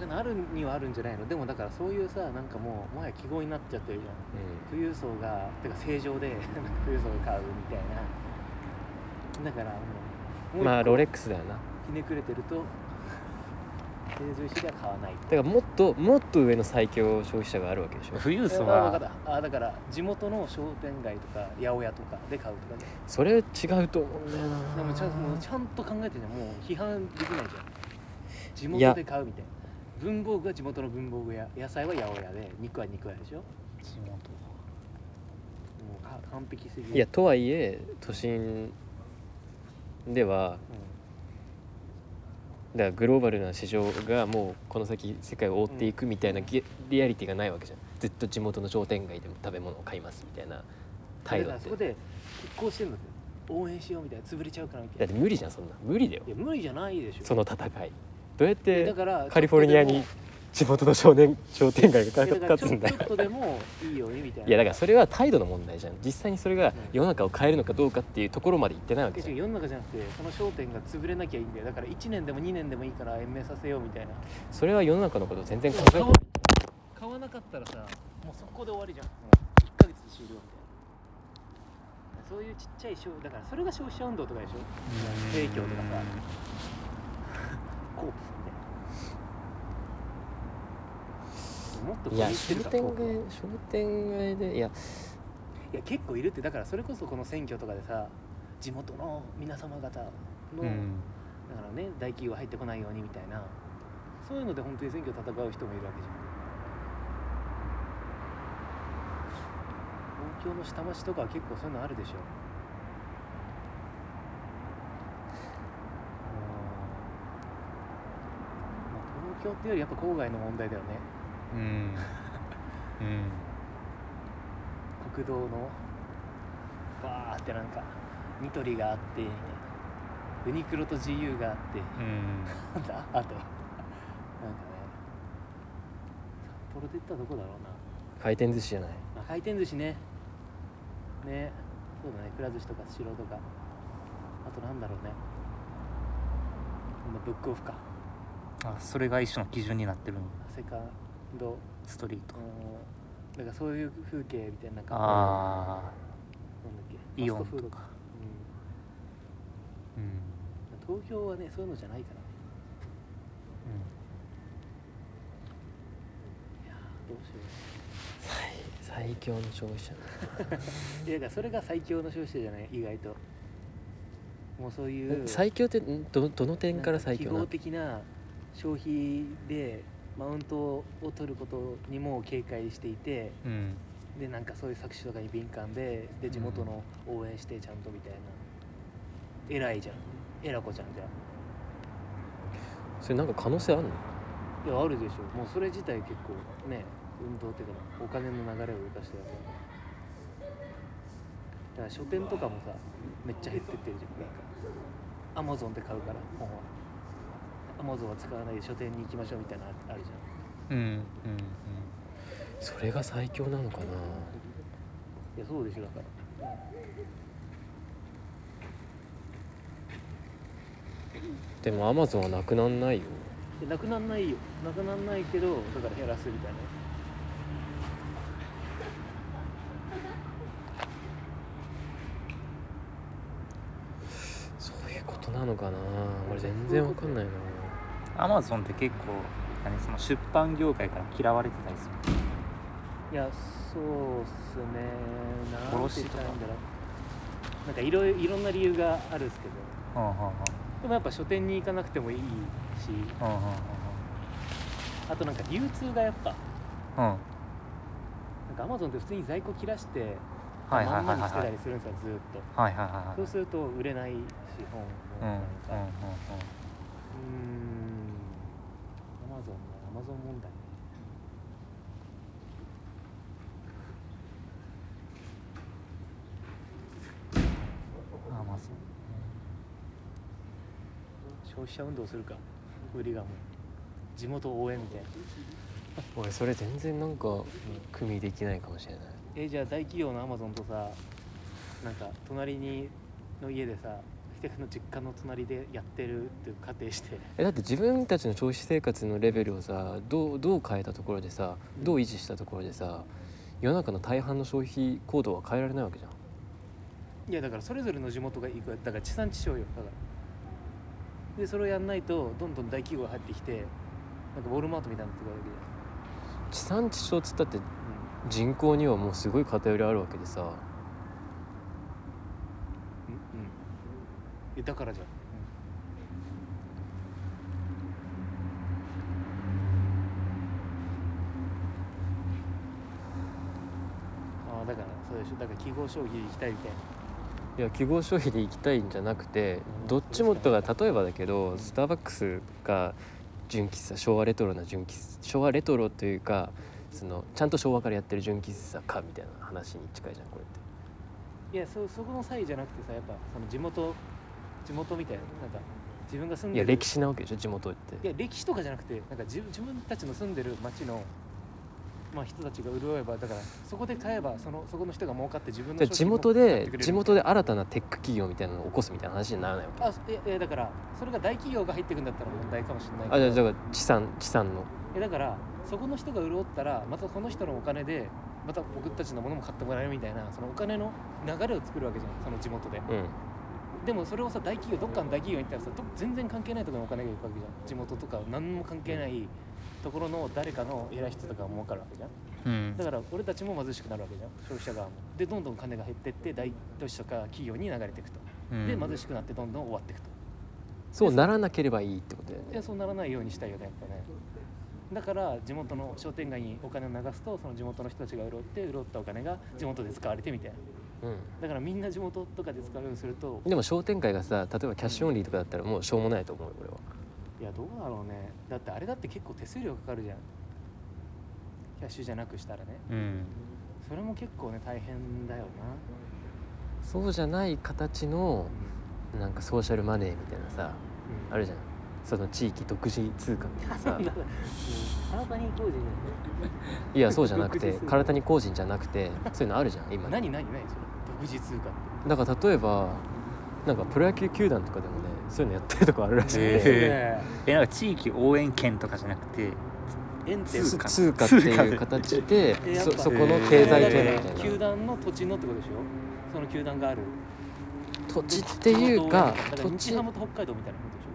だからあるにはあるんじゃないのでもだからそういうさなんかもうもはや記号になっちゃってるじゃん富裕層がてか正常で (laughs) なんか富裕層が買うみたいなだからもううん、まあもうロ一レックスだよなだ個ひねくれてると成城石井では買わないからもっともっと上の最強消費者があるわけでしょ富裕層あわかっはたあだから地元の商店街とか八百屋とかで買うとかねそれは違うと思うんだよなでもちゃんもうちゃんと考えてるじゃんもう批判できないじゃん地元で買うみたいな文房具は地元の文房具屋野菜は八百屋で肉は肉屋でしょも地元うか完璧すぎるいやとはいえ都心ではだからグローバルな市場がもうこの先世界を覆っていくみたいなげリアリティがないわけじゃんずっと地元の商店街でも食べ物を買いますみたいうなん、態だか度っらそてこで結婚してんのって応援しようみたいな潰れちゃうからみただいっなて無理じゃんそんな無理だよいや無理じゃないでしょその戦いどうやいやってだからカリフォルニアに地元の少年商店街がちょっとでもいやだからち立ょつんだよちょっとでもいいよねみたいないやだからそれは態度の問題じゃん実際にそれが世の中を変えるのかどうかっていうところまでいってないわけ確じかゃんに世の中じゃなくてその商店が潰れなきゃいいんだよだから1年でも2年でもいいから延命させようみたいなそれは世の中のこと全然考えて買なわい買わなかったらさもうそこで終わりじゃんもう1ヶ月で終了みたいなそういうちっちゃい消だからそれが消費者運動とかでしょ影響とかさコープスみたいなもっといや気にして商るか店コー街プ商店街でいやいや結構いるってだからそれこそこの選挙とかでさ地元の皆様方の、うんうんだからね大企業入ってこないようにみたいなそういうので本当に選挙戦う人もいるわけじゃん東京の下町とかは結構そういうのあるでしょうんまあ東京っていうよりやっぱ郊外の問題だよねうんうん国道のバーってなんかニトリがあってみたいなユニクロと GU があってうんなんだあとなんかね札幌で言ったらどこだろうな回転寿司じゃないまあ、回転寿司ねねそうだねくら寿司とかスシローとかあとなんだろうねまあブックオフかあそれが一種の基準になってるんだセカンドストリートうんなんかそういう風景みたいななんかあなんだっけイオンファストフードとかか、あうんうん、東京はねそういうのじゃないからねいやーどうしよ最最強の消費者ういやだからそれが最強の消費者じゃない意外ともうそういう最強ってんどどの点から最強ななんか記号的な消費でマウントを取ることにも警戒していてうんでなんかそういう搾取とかに敏感でで地元の応援してちゃんとみたいな、偉いじゃん偉子ちゃんじゃんそれなんか可能性あるのいやあるでしょもうそれ自体結構ね運動っていうかお金の流れを生かしたやつだからだから書店とかもさめっちゃ減ってってるじゃんなんかアマゾンで買うから本はアマゾンは使わないで書店に行きましょうみたいなのあるじゃんうんうんそれが最強なのかないやそうでしょだからでもアマゾンはなくなんないよでなくなんないよなくなんないけどだから減らすみたいなそういうことなのかな俺全然わかんないなアマゾンって結構何その出版業界から嫌われてたりするいやそうっすねなん卸て言しっとかたらいいんだろうなんかいろいろいろんな理由があるんですけどうんうんうんうんでもやっぱ書店に行かなくてもいいしあとなんか流通がやっぱうんうんなんかアマゾンって普通に在庫切らしてはいはまいはんまいにしてはたいりするんですよずーっとはいはいはいそうすると売れないし本もうんうんうんなんかうんうーんアマゾンのアマゾン問題ねアマゾン消費者運動するか売りがもう地元応援みたいな俺それ全然なんか組みできないかもしれないえじゃあ大企業のアマゾンとさなんか隣にの家でさひてくの実家の隣でやってるっていう仮定してえだって自分たちの消費生活のレベルをさどうどう変えたところでさどう維持したところでさ世の中の大半の消費行動は変えられないわけじゃんいやだからそれぞれの地元が行くだから地産地消よだからでそれをやんないとどんどん大企業が入ってきてなんかウォルマートみたいになってくるわけ地産地消っつったってじゃ人口にはもうすごい偏りあるわけでさんうんうんえだからじゃんああだからそうでしょだから記号消費行きたいみたいないや記号消費で行きたいんじゃなくてうんどっちもとか例えばだけどスターバックスが純喫茶昭和レトロな純喫茶昭和レトロというかそのちゃんと昭和からやってる純喫茶かみたいな話に近いじゃんこれって。いやそそこの際じゃなくてさやっぱその地元地元みたいななんか自分が住んいでやる歴史なわけでしょ地元っいて。や歴史とかじゃなくてなんか自分自分たちの住んでる町の、まあ、人たちが潤えばだからそこで買えばそのそこの人が儲かって自分じゃのあ地元商品も買っでてくれる地元で新たなテック企業みたいなのを起こすみたいな話にならないわけ。あそいやいやだからそれが大企業が入ってくんだったら問題かもしれないけどあじゃあだから地産地産のえだからそこの人が潤ったらまたこの人のお金でまた僕たちのものも買ってもらえるみたいなそのお金の流れを作るわけじゃんその地元でうんでもそれをさ大企業どっかの大企業に行ったらさど全然関係ないところにお金が行くわけじゃん地元とか何も関係ないところの誰かの偉い人とかが儲かるわけじゃんうんだから俺たちも貧しくなるわけじゃん消費者側もでどんどん金が減ってって大都市とか企業に流れていくとうんで貧しくなってどんどん終わっていくとそうならなければいいってことだよいね。やそうならないようにしたいよねやっぱねだから地元の商店街にお金を流すとその地元の人たちが潤って潤ったお金が地元で使われてみたいなうん。だからみんな地元とかで使うようにするとでも商店街がさ例えばキャッシュオンリーとかだったらもうしょうもないと思うよ俺はいやどうだろうねだってあれだって結構手数料かかるじゃんキャッシュじゃなくしたらねうんそれも結構ね大変だよそうじゃない形のな、うんなんかソーシャルマネーみたいなさうんあるじゃんその地域独自通貨みたいなさ体に行こうじゃいやそうじゃなくて独自通貨体に個人じゃなくてそういうのあるじゃん今何何何それ独自通貨ってだから例えばなんかプロ野球球団とかでもねそういうのやってるとこあるらしい、へえええなんか地域応援券とかじゃなくてえ円って通貨通貨っていう通貨形でえやっそぱそこの経済え圏みーた球いな団の土地のってことでしょその球団がある土地っていうかだから土日地ハムと北海道みたいなことでしょ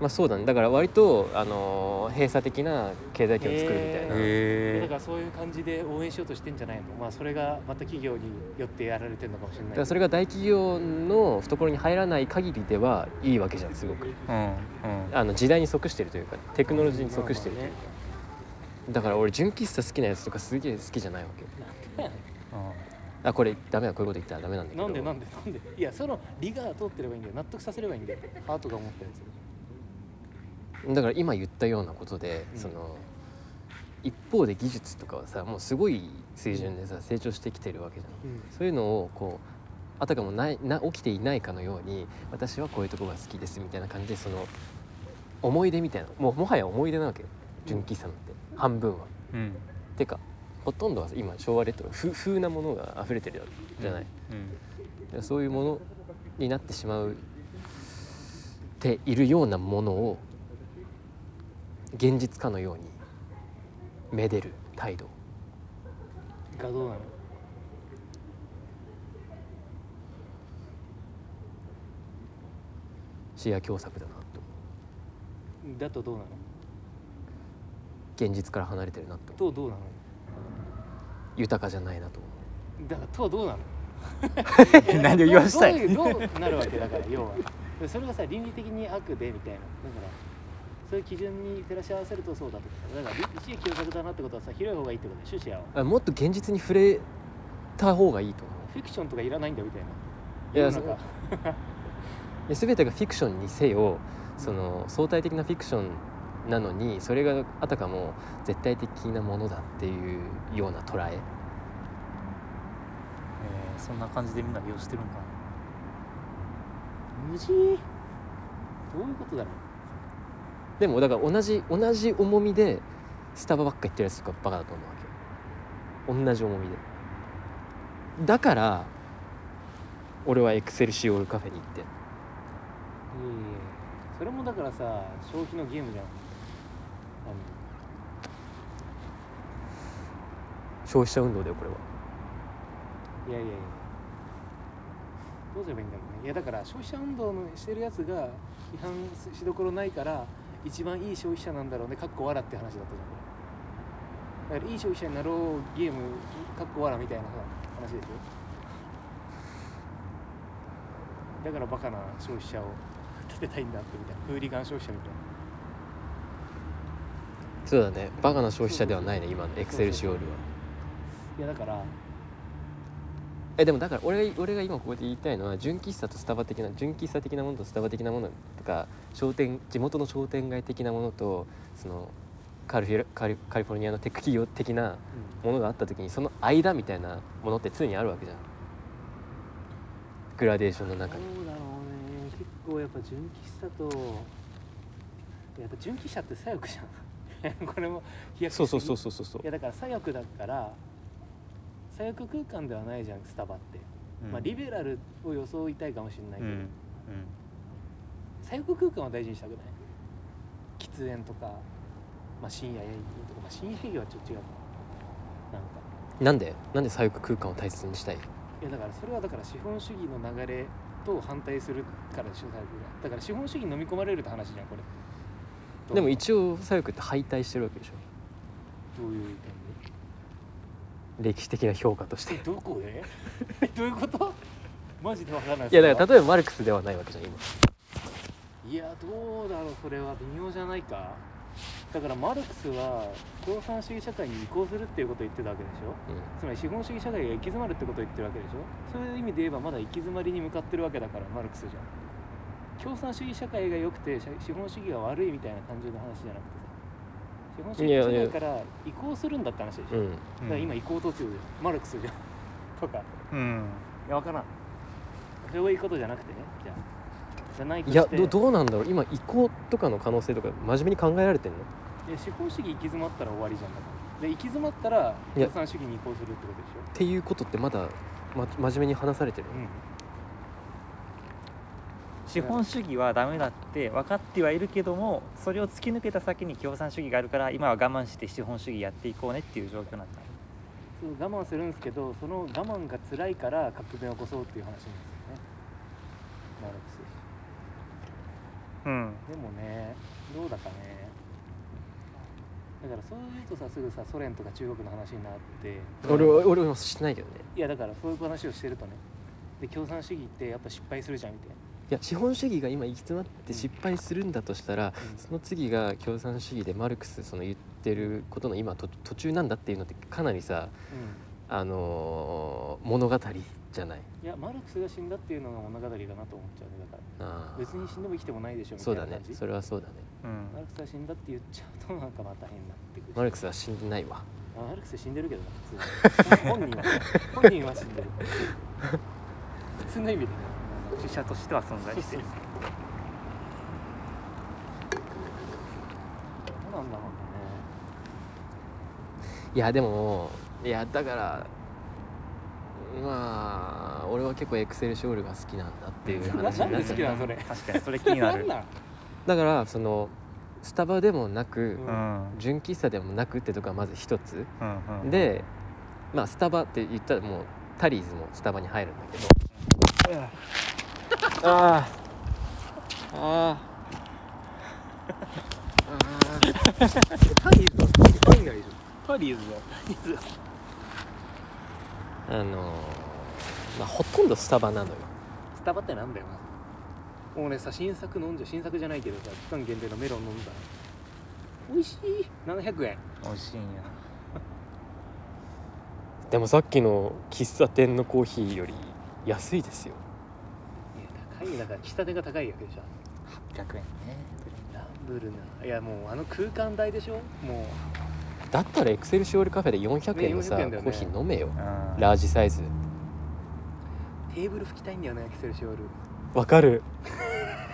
まあそうだねだから割と、あのー閉鎖的な経済圏を作るみたいな、だへからそういう感じで応援しようとしてんじゃないのまあそれがまた企業によってやられてるのかもしれないけだかどらそれが大企業の懐に入らない限りではいいわけじゃんすごくうんあの時代に即してるというかテクノロジーに即してるというか、だから俺純喫茶好きなやつとかすげえ好きじゃないわけあこれダメだこういうこと言ったらダメなんだけどなんでなんでなんでいやその理が通ってればいいんだよ納得させればいいんだよハートが思ったやつだから今言ったようなことで、うんその一方で技術とかはさもうすごい水準でさ成長してきてるわけじゃんそういうのをこうあたかもないな起きていないかのように私はこういうとこが好きですみたいな感じでその思い出みたいなもうもはや思い出なわけよ純喫茶なんて半分は。うんうんてかほとんどは今昭和レトロ風風なものが溢れてるじゃない、そういうものになってしまうっているようなものを現実かのようにめでる態度がどうなの視野狭窄だなとだとどうなの現実から離れてるなととどうなの豊かじゃないなと思うだからとはどうなの (laughs) 何を言わしたいどうどうどうなるわけだから要はでそれがさ倫理的に悪でみたいなだからそういう基準に照らし合わせるとそうだとかだから一時共作だなってことはさ広い方がいいってことでしょ視野はあもっと現実に触れた方がいいと思フィクションとかいらないんだみたいないや世の中うで全てがフィクションにせよその相対的なフィクションなのにそれがあたかも絶対的なものだっていうような捉ええーそんな感じでみんな利用してるんかな無事どういうことだろうでもだから同じ同じ重みでスタバばっか行ってるやつとかバカだと思うわけ同じ重みでだから俺はエクセルシオールカフェに行っていやいやそれもだからさ消費のゲームじゃんあの消費者運動だよこれはいやいやいやどうすればいいんだろうねいやだから消費者運動のしてるやつが批判しどころないから一番いい消費者なんだろうねかっこ笑って話だったじゃんだからいい消費者になろうゲームかっこ笑みたいな話でしょだからバカな消費者を立てたいんだってみたいなフーリガン消費者みたいなそうだねバカな消費者ではないね今のエクセルシオールはいやだからえでもだから俺が俺が今ここで言いたいのは純喫茶とスタバ的な純喫茶的なものとスタバ的なものとか商店地元の商店街的なものとそのカリフィラカリカリフォルニアのテック企業的なものがあった時にその間みたいなものって常にあるわけじゃんグラデーションのどう中にだろうね結構やっぱ純喫茶とやっぱ純喫茶って左翼じゃん (laughs) これも飛躍しすそぎうそうそうそうそうそういやだから左翼だから左翼空間ではないじゃんスタバって、まあリベラルを装いたいかもしれないうんけど、うん左翼空間は大事にしたくない喫煙とか、まあ、深夜営業とか、まあ、深夜営業はちょっと違うかななんかなんでなんで左翼空間を大切にしたいいやだからそれはだから資本主義の流れと反対するからでしょ左翼がだから資本主義に飲み込まれるって話じゃんこれどうでも一応左翼って敗退してるわけでしょどういう点歴史的な評価としてでえどこでえ (laughs) どういうことマジでわからない (laughs) (laughs) いやだからら例えばマルクスではないわけじゃん今いやどうだろうそれは微妙じゃないかだからマルクスは共産主義社会に移行するっていうことを言ってたわけでしょうんつまり資本主義社会が行き詰まるってことを言ってるわけでしょそういう意味で言えばまだ行き詰まりに向かってるわけだからマルクスじゃん共産主義社会が良くて社資本主義が悪いみたいな感情の話じゃなくてさ資本主いやい義や社会から移行するんだって話でしょ、うんうだんから今移行途中じゃんマルクスじゃん (laughs) とかうんいや分からんそれがいいことじゃなくてねじゃあじゃないといやしてどどうなんだろう今移行とかの可能性とか真面目に考えられてんのいや資本主義行き詰まったら終わりじゃんだからで行き詰まったらいや共産主義に移行するってことでしっていうことってまだ、ま、真面目に話されてるょ、うん、資本主義はダメだって分かってはいるけどもそれを突き抜けた先に共産主義があるから今は我慢して資本主義やっていこうねっていう状況なんだそう我慢するんですけどその我慢が辛いから革命を起こそうっていう話なんですよねマルクスうんでもねどうだかねだからそういうとさすぐさソ連とか中国の話になって俺は俺はしてないけどねいやだからそういう話をしてるとねで共産主義ってやっぱ失敗するじゃんみたいないや資本主義が今行き詰まって失敗するんだとしたら、うんその次が共産主義でマルクスその言ってることの今と途中なんだっていうのってかなりさ、うあのー物語じゃないんいやマルクスが死んだっていうのが物語だなと思っちゃうねだからあー別に死んでも生きてもないでしょみたそういなだね感じそれはそうだねうんマルクスが死んだって言っちゃうとなんかまた変になってくるマルクスは死んでないわあマルクス死んでるけどな普通に本人は本人は死んでる普通の意味でね死者としては存在してるどうなんだろうねいやでもいやだからまあ俺は結構エクセルショールが好きなんだって (laughs) いう話にななっんで好きちなゃうのそれ確かにそれ気 (laughs) になるなんだからそのスタバでもなく、うんうん純喫茶でもなくってとこがまず一つ、うんうんでまあスタバって言ったらもうタリーズもスタバに入るんだけどあああタリーズはファインがいるパリーズはああのーまあほとんどスタバなのよスタバってなんだよなもうねさ新作飲んじゃう新作じゃないけどさ期間限定のメロン飲んだ美味しい700円美味しいんやでもさっきの喫茶店のコーヒーより安いですよいや高いよだから喫茶店が高いわけでしょ100円ねランブルないやもうあの空間代でしょもだったらエクセルシオールカフェで400円のさ、ね400円だよねコーヒー飲めようんラージサイズうテーブル拭きたいんだよねエクセルシオールわかる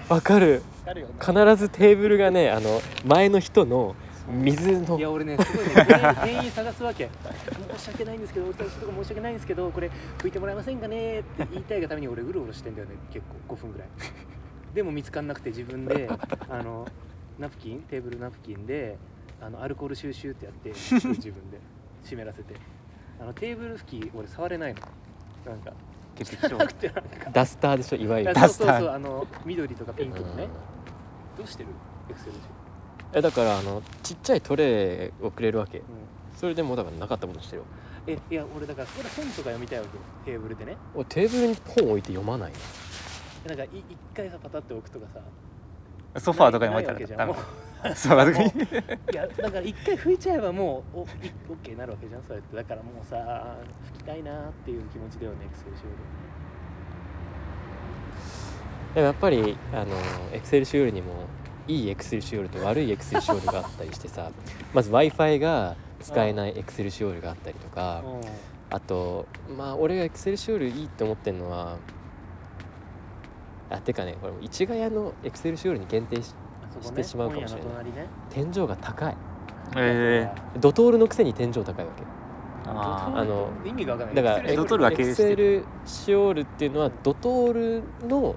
わかるあるよね必ずテーブルがねあの前の人の水のいや俺ねすごいね店員店員探すわけ申し訳ないんですけどお伝えとか申し訳ないんですけどこれ拭いてもらえませんかねって言いたいがために俺うろうろしてんだよね結構5分ぐらいでも見つかんなくて自分 (laughs) であのナプキンテーブルナプキンであのアルコール収集ってやって自分で湿らせてあのテーブル拭き俺触れないのなんか潔癖症汚 (laughs) くてなんかダスターでしょいわゆるそうダそスうタそうーあの緑とかピンクのうねんどうしてるエクセルでえだからあのちっちゃいトレーをくれるわけそれでもうだからなかったことにしてるよえいや俺だからそこで本とか読みたいわけよテーブルでね俺テーブルに本置いて読まないなのんかい一回さパタって置くとかさソファーとかに置いた (laughs) ないわけじらゃダんメもソファーとかにういやだから一回拭いちゃえばもうおいオッケーになるわけじゃんそれってだからもうさ拭きたいなーっていう気持ちだよねエクセルシでもやっぱりあのエクセルシオールにもいいエクセルシオールと悪いエクセルシオールがあったりしてさまず w i f i が使えないエクセルシオールがあったりとかオールあとまあ俺がエクセルシオールいいって思ってるのはあてかねこれも市ヶ谷のエクセルシオールに限定しあそこしてねしまうかもしれない本屋の隣ね天井が高いえドトールのくせに天井高いわけえああの意味がわかんなだいからエクセルシオールエクセルシオドトールはールっていうのはドトールの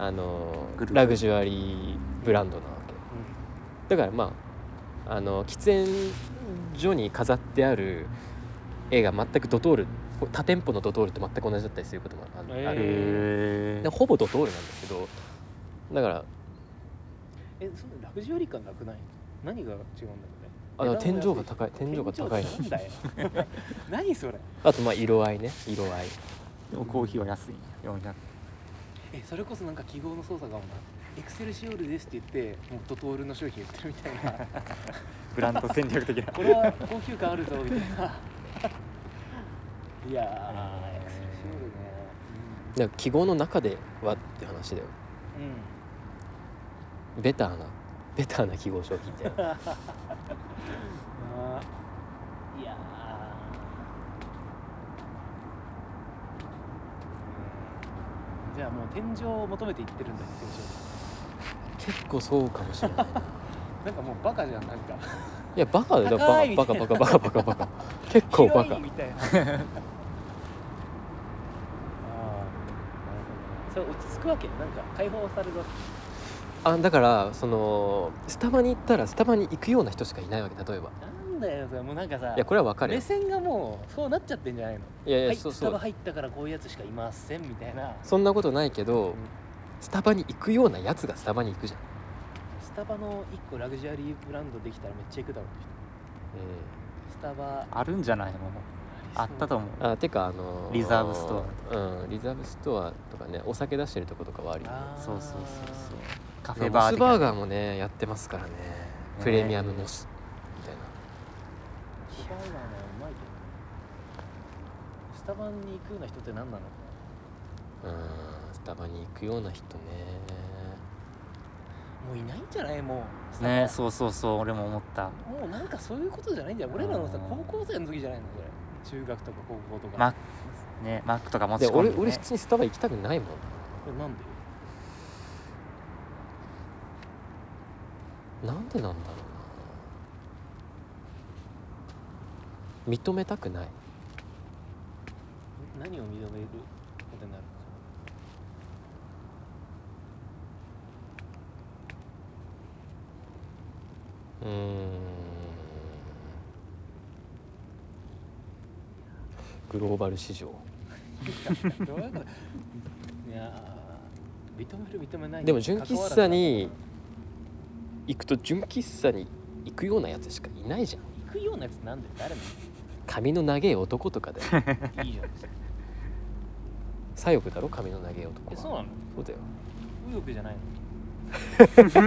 あのグループラグジュアリーブランドなわけだからまああの喫煙所に飾ってある絵が全くドトール多店舗のドトールと全く同じだったりすることもある、へーあへるえでほぼドトールなんですけどだからえそのラグジュアリー感なくない何が違うんだろうねあの天井がい高い天井が高いのなんだよ (laughs) 何それあとまあ色合いね色合いでもコーヒーは安い400えそれこそなんか記号の操作かもなエクセルシオールですって言ってもうドトールの商品売ってるみたい (laughs) なブランド戦略的なこれは高級感あるぞみたいないやーエクセルシオールねだから記号の中ではって話だよベターなベターな記号商品じゃん (laughs) うんあーいやーうんじゃあはもう天井を求めていってるんだよ天井結構そうかもしれないななんかもうバカじゃんなんかいやバカだよ高いバカバカバカバカバカバカ結構バヒロカインみたいなああなるほどねそれ落ち着くわけなんか解放されるわけあだからそのスタバに行ったらスタバに行くような人しかいないわけ例えばなんだよそれもうなんかさいやこれは分かるよ目線がもうそうなっちゃってんじゃないのいやいはやいそうスそタバう入ったからこういうやつしかいませんみたいなそんなことないけど、んスタバに行くようなやつがスタバに行くじゃん、スタバの1個ラグジュアリーブランドできたらめっちゃ行くだろうスタバあるんじゃないのあったと思ううん、あてかあのーリザーブストうんリザーブストアとかねお酒出してるとことかはあるよあーそうそうそうそうカフまあェバーモス的なバーガーもねやってますからねプレミアムモスみたいなスタバはねうまいけどねスタバに行くような人って何なのうんスタバに行くような人ねもういないんじゃないもうスタバねそうそうそう俺も思ったもうなんかそういうことじゃないんだよ俺らのさうん高校生の時じゃないのそれ中学とか高校とかマねマックとか持ちで込ん俺で、ね、俺普通にスタバ行きたくないもこれなんでんなんでなんだろうな認めたくない何を認めることになるのかうーんグローバル市場どういう (laughs) こといやー認める認めないでも純喫茶に行くと純喫茶に行くようなやつしかいないじゃん行くようなやつなんだよ誰も髪の長え男とかで (laughs) いいじゃん左翼だろ髪の長え男えはそうなのそうだよ右翼じゃないの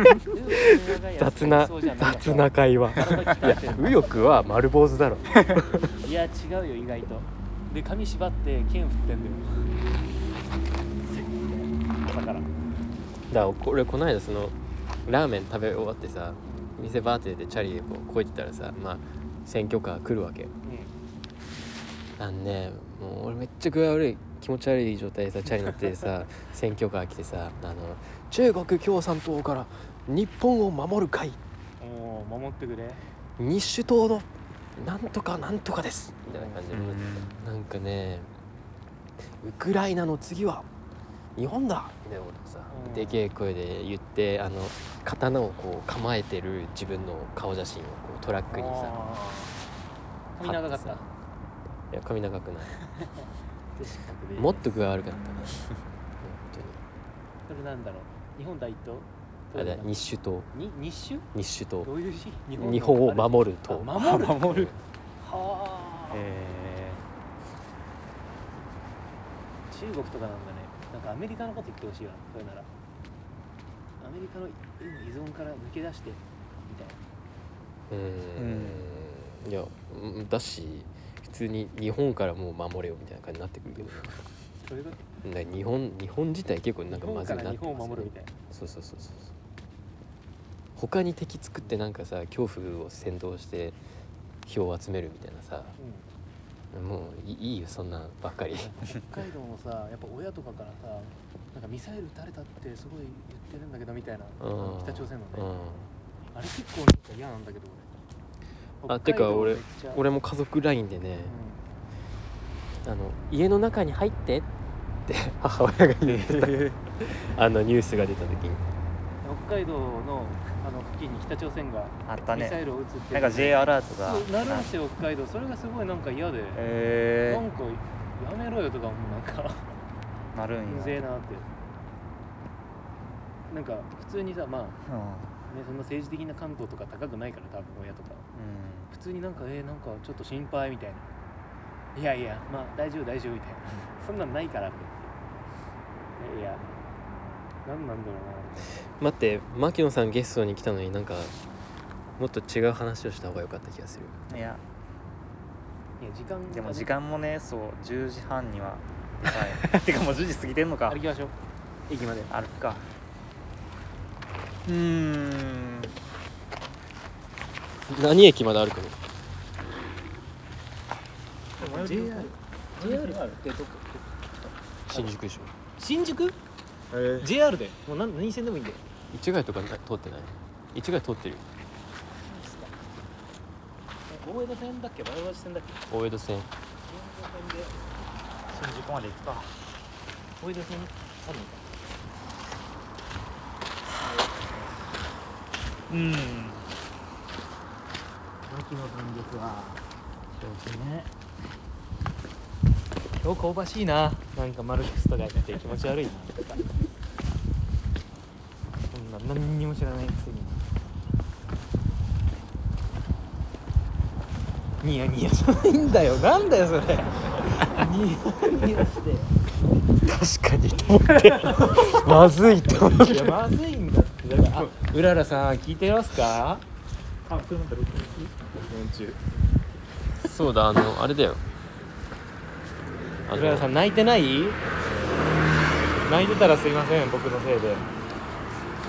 (laughs) 雑な雑な会 (laughs) 話いや右翼は丸坊主だろいや違うよ意外とで髪縛って剣振っ (laughs) てんだよ朝からだから俺この間そのラーメン食べ終わってさ店バーテでチャリでこうこいてたらさまあ選挙カー来るわけうあんねもう俺めっちゃ具合悪い気持ち悪い状態でさチャリ乗って (laughs) てさ選挙カー来てさあの中国共産党から日本を守る会んもう守ってくれ日主党のなんとかなんとかですみたいな感じで、うんなんかねウクライナの次は日本だみたいなことをさ、うんでけえ声で言ってあの刀をこう構えてる自分の顔写真をこうトラックにさあー髪長かっ貼たてさいや髪長くない失格でもっと具合悪くなったね本当にそれなんだろう日本第一党あれ日主党に日日主種党どういう日日日本をる守る党守る守るはあ、え中国とかなんだねなんかアメリカのこと言ってほしいわそれならアメリカの依存から抜け出してみたいなうーんいやうんだし普通に日本からもう守れよみたいな感じになってくるけどそういうことね日本日本自体結構なん日か本まずかいならって日本を守るみたいなそうそうそうそう他に敵作ってなんかさ恐怖を扇動して票を集めるみたいなさうんもういいいよそんなんばっかり北海道もさやっぱ親とかからさなんかミサイル撃たれたってすごい言ってるんだけどみたいなうん北朝鮮のね、うんあれ結構なんか嫌なんだけど俺あてか俺北海道めっちゃ俺も家族 LINE でね、あの家の中に入ってって (laughs) 母親が言ってたあのニュースが出た時にうん北海道のあの付近に北朝鮮がー、あったミサねイルを撃つってなんか J アラートがそうなるんですよ北海道それがすごいなんか嫌で、えなんかやめろよとかもなんかー、なるうんんやぜえなってなんか普通にさまあねそんな政治的な関東とか高くないから多分親とかう普通になんかえー、なんかちょっと心配みたいないやいやまあ大丈夫大丈夫みたいなそんなんないからっていやいや何なんだろ待って牧野さんゲストに来たのになんかもっと違う話をした方が良かった気がするん、いやうないや時間がねでも時間もねそう10時半にははいてかもう10時過ぎてんのか歩きましょう駅まで歩くかうーん何駅まで歩くの JR 新宿でしょ新宿えー JR でもう何何線でもいいんで市ヶ谷とかな通ってない市ヶ谷通ってるよ大江戸線だっけ前橋線だっけ大江戸線新宿まで行くか大江戸線あるのかうん秋の弾力は上手ね今日香ばしいななんかマルクスとかやって気持ち悪いなそんな何にも知らないくせにニヤニヤじゃないんだよなんだよそれニヤニヤして確かにと思って (laughs) まずいと思っいやまずいんだってだからあうららさん聞いてますかあこれなんだろうそうだあのあれだよあうららさのん泣いてない泣いてたらすいません僕のせいで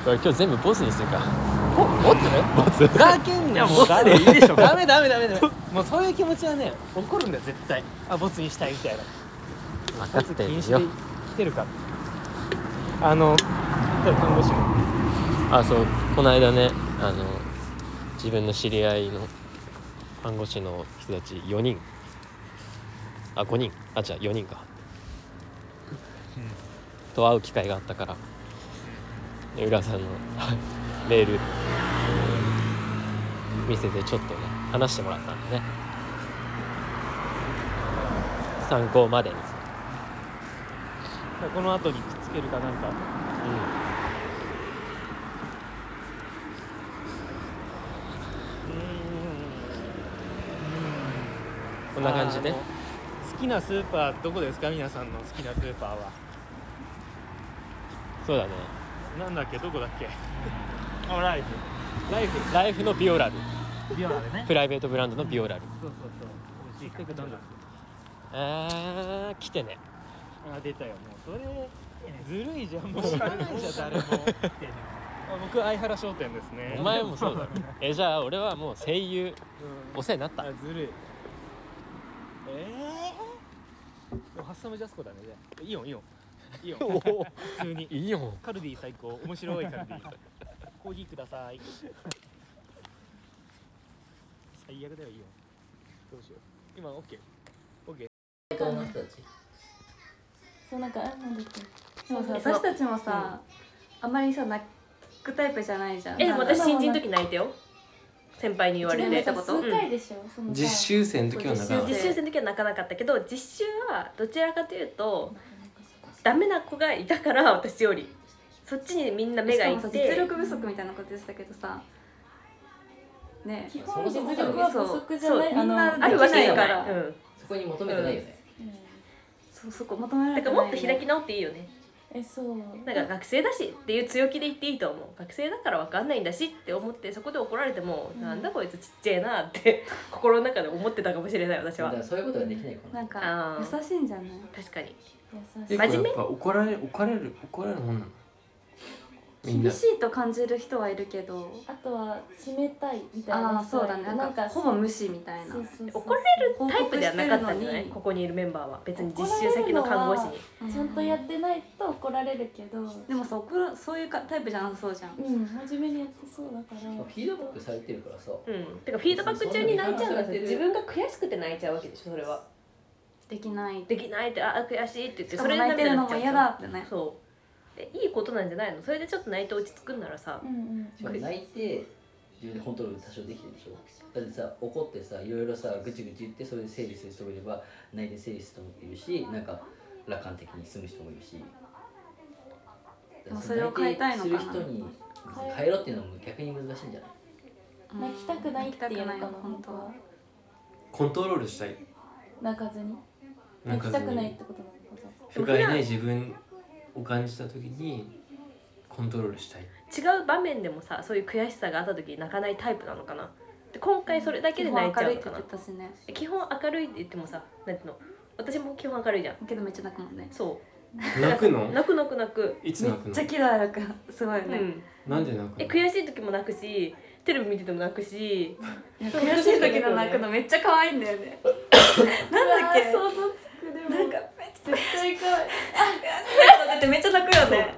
今日全部ボスにするかボツボツふざけんなよもうダメいいでしょダメダメダメダメもうそういう気持ちはね怒るんだよ絶対あボツにしたいみたいな分かボっツて禁る止よで来てるからあの看護師もあそうこの間ねあの自分の知り合いの看護師の人たち4人あ5人あ違う4人か、と会う機会があったからで浦さんの (laughs) メール見せてちょっとね話してもらったんでね参考までに、この後にくっつけるかなんかこんな感じねあの好きなスーパーどこですか皆さんの好きなスーパーはそうだねなんだっけどこだっ (laughs) けあライライフライフのビオラルブビオラでねプライベートブランドのビオラル、そうそうそう美味しい結構飲んだあー来てねあ出たよもうそれずるいじゃんもう知らないじゃん誰もあ (laughs) 僕相原商店ですねお前もそう (laughs) (laughs) だろえじゃあ俺はもう声優うんお世話になったあずるいええー、でもハッサムジャスコだねじゃあイオンイオン (laughs) イオンお普通にいいよもカルディ最高面白いカルディコーヒーください最悪だよイオンどうしよう今オッケーそうなんかなんだっけでもさ私たちもさ、あんまりさ泣くタイプじゃないじゃんえでも私新人のに時泣いたよ先輩に言われ言われてたこと数回でしょ、そのさ習生の時はなかった実習生の時は泣かなかったけど実習はどちらかというとダメな子がいたから私よりそっちにみんな目しがかいもさ実て力不足みたいなこと言ってたけどさねえ基本実実力力はは不不足足じじゃゃなないいみんなあるわけでだきないかからら、うん、そこに求めてないよね、そうそこ求めらだれかてらないもっと開き直っていいよねえそうなんか学生だしっていう強気で言っていいと思う学生だから分かんないんだしって思ってそこで怒られても、うんなんだこいつちっちゃいなって心の中で思ってたかもしれない私だはからそういうことができないかならんかあー優しいんじゃない確かに結ええ構真や面っ目ぱ怒られる怒られる怒られるもんなのみんな厳しいと感じる人はいるけどあとは冷たいみたいあなあそうだねなんかほぼ無視みたいなそうそうそう怒られるタイプではなかったんじゃない報告してるのにここにいるメンバーは別に実習先の看護師にちゃんとやってないと怒られるけどでもさ怒るそういうかタイプじゃなさそうじゃんうん真面目にやってそうだからフィードバックされてるからさ、うん、てかフィードバック中に泣いちゃうんだよ自分が悔しくて泣いちゃうわけでしょそれはできないできないってあ悔しいって言っしてかそもれで泣いてるのも涙嫌出ちゃだうってねそうでいいことなんじゃないのそれでちょっと泣いて落ち着くんならさうんうんしかも泣いて自分でコントロール多少できるでしょだってさ怒ってさいろいろさぐちぐち言ってそれで整理する人もいれば泣いて整理する人もいるしなんか楽観的に済む人もいるしまあそれを変えたいのかな泣てする人に変えろっていうのも逆に難しいんじゃない泣きたくないっていうのか泣きなたくない本当はコントロールしたい泣かずになん泣かきそたのくないってことなのかさ不甲斐ない自分を感じた時にコントロールしたい違う場面でもさそういう悔しさがあった時に泣かないタイプなのかなで今回それだけで泣いちゃうの基か本な明るいって言ってたしねえ基本明るいって言ってもさなんていうの私も基本明るいじゃんけどめっちゃ泣くもんねそ泣くうの (laughs) 泣く泣く泣くいつめ泣くっちゃの喜怒哀楽がすごいようね、んなんで泣くえの悔しい時も泣くしテレビ見てても泣くしいや悔しい時の泣くのめっちゃ可愛いんだよねなんだっ (laughs) け想像つくでもなんかめっちゃ絶対可愛いあってめっちゃ泣くよね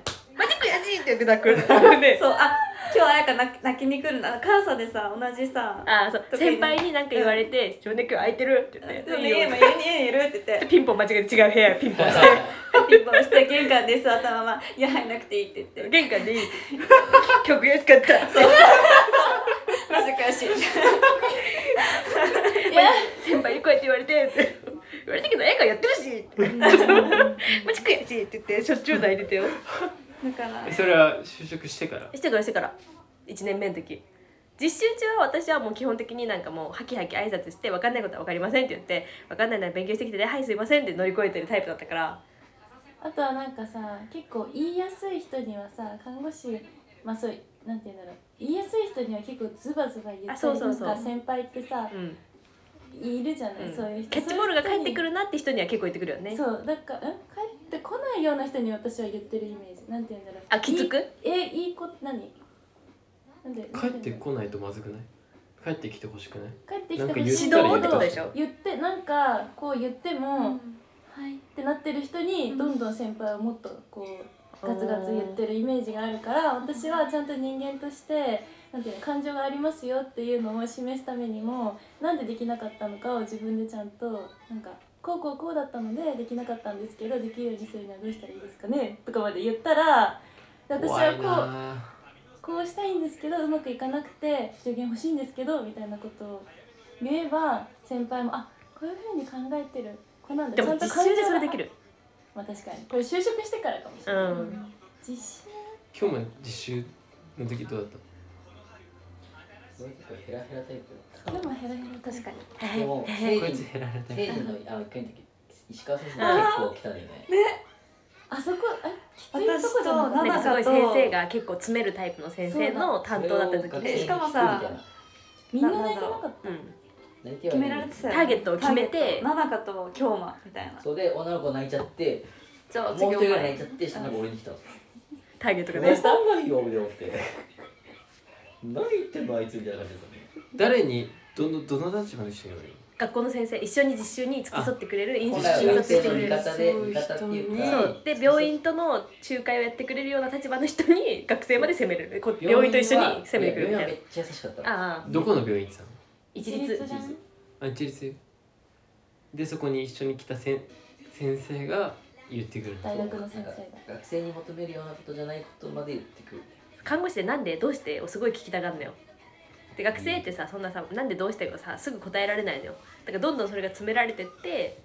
て出なくなるねそうあ今日あやか泣き泣きに来るな関西でさ同じさあそう特に先輩に何か言われて「自分で今日空いてる?」って言って「でもいねいよ家も家に家にいるって言っでてピンポン間違えて違う部屋へピンポンしてピンポンして玄関で座ったまま「いや入んなくていい」って言って玄関でいい「曲安かった」マジ悔 (laughs) しい先輩にこうやって言われてって言われたけど映画やってるしって (laughs) マジ悔しいって言ってしょっちゅう泣いてたよだからそれは就職してからしてからしてから1年目の時実習中は私はもう基本的になんかもうハキハキ挨拶して分かんないことは分かりませんって言って分かんないなら勉強してきてねはいすいませんって乗り越えてるタイプだったからあとはなんかさ結構言いやすい人にはさ看護師まあそうなんて言うんだろう言いやすい人には結構ズバズバ言あったそうりそうとそうか先輩ってさうんいるじゃない、うんそういう人キャッチボールが返ってくるなって人には結構言ってくるよねそうだからん帰ってこないような人に私は言ってるイメージなんて言うんだろうあきつくえいい子何なんで帰ってこないとまずくない帰ってきてほしくない帰ってきなんてかほ言っしいた指らい導っいてここととででししょょ言ってなんかこう言っても、はいってなってる人にどんどん先輩はもっとこうガツガツ言ってるイメージがあるから私はちゃんと人間としてなんていうの感情がありますよっていうのを示すためにもなんでできなかったのかを自分でちゃんとなんかこうこうこうだったのでできなかったんですけどできるようにするにはどうしたらいいですかねとかまで言ったらで私怖いはこうなこうしたいんですけどうまくいかなくて助言欲しいんですけどみたいなことを言えば先輩もあこういうふうに考えてる子なんだでもちゃ実んと感習情でがそれできるまあ確かにこれ就職してからかもしうれない、ん実習今日も実習の時どうだった俺結構ヘラヘラタイプでもヘラヘラ確かにでもの生こい理つ減られた生理のあの一回の時石川先生結構来たんだよねあそこえきついとこじゃなか私っとたなんかすごい先生が結構詰めるタイプの先生の担当だった時それを学生にでしかもさ聞くみたいなみんな泣いてなかっうん泣いては決いめるられてたよねターゲットを決めてターゲット七香と京馬みたいなそうで女の子泣いちゃってじゃあもう一授業人が泣い前ちゃって下の子俺に来たのターゲットが何ねしたんないよ俺思って何言ってんのあいつみたいな感じだったね誰にどのどの立場の人より学校の先生一緒に実習に付き添ってくれる本印象来には付学き添っ生てのくれ味る方で味方っていうかそうで病院との仲介をやってくれるような立場の人に学生まで攻めるこ病院と一緒に攻めてくれるみたいみたいななめっちゃ優しかったのああどこの病院行ってたの一律じゃんあ一律よでそこに一緒に来たせん先生が言ってくる大学の先生が学生に求めるようなことじゃないことまで言ってくる看護師でなんでどうしてをすごい聞きたがるのよで学生ってさそんなさなんでどうしてがさすぐ答えられないのよだからどんどんそれが詰められてって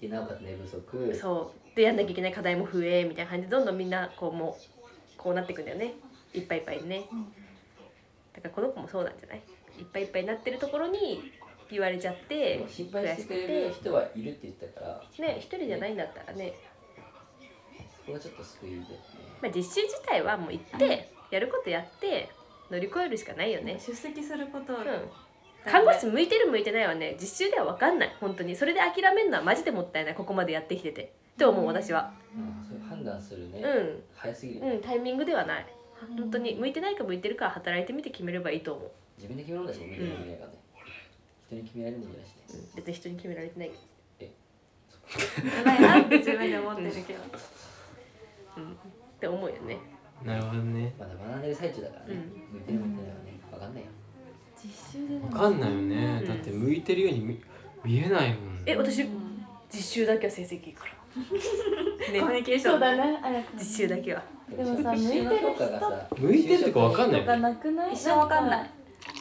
でなおかつ寝不足そうでやんなきゃいけない課題も増えみたいな感じでどんどんみんなこうもうこうなってくんだよねいっぱいいっぱいにねだからこの子もそうなんじゃないいっぱいいっぱいになってるところに言われちゃっでても心配してくれる人はいるって言ったからね一人じゃないんだったらねそこがちょっと救いだよねまあ、実習自体はもう行ってやることやって乗り越えるしかないよね、出席することをうん、看護師向いてる向いてないはね実習では分かんない本当にそれで諦めるのはマジでもったいないここまでやってきててって思う私はうんそういう判断するねうん早すぎるうんタイミングではない本当に向いてないか向いてるかは働いてみて決めればいいと思う、自分で決めるんだし見るもんじゃないからね人に決められるもんじゃないしねうん、別に人に決められてないやばいなって自分で思ってる (laughs) けどって思うよねなるほどねまだ学んでる最中だからね向いてる向いてないはね分かんないよ実習でわかんないよね、うんだって向いてるように見見えないもんえ私実習だけは成績いいから (laughs) コミュニケーショそうンねだねあやか実習だけはでもさ向いてる人評価がさ向いてるとかわかんないよとかねなくない一生わかんないん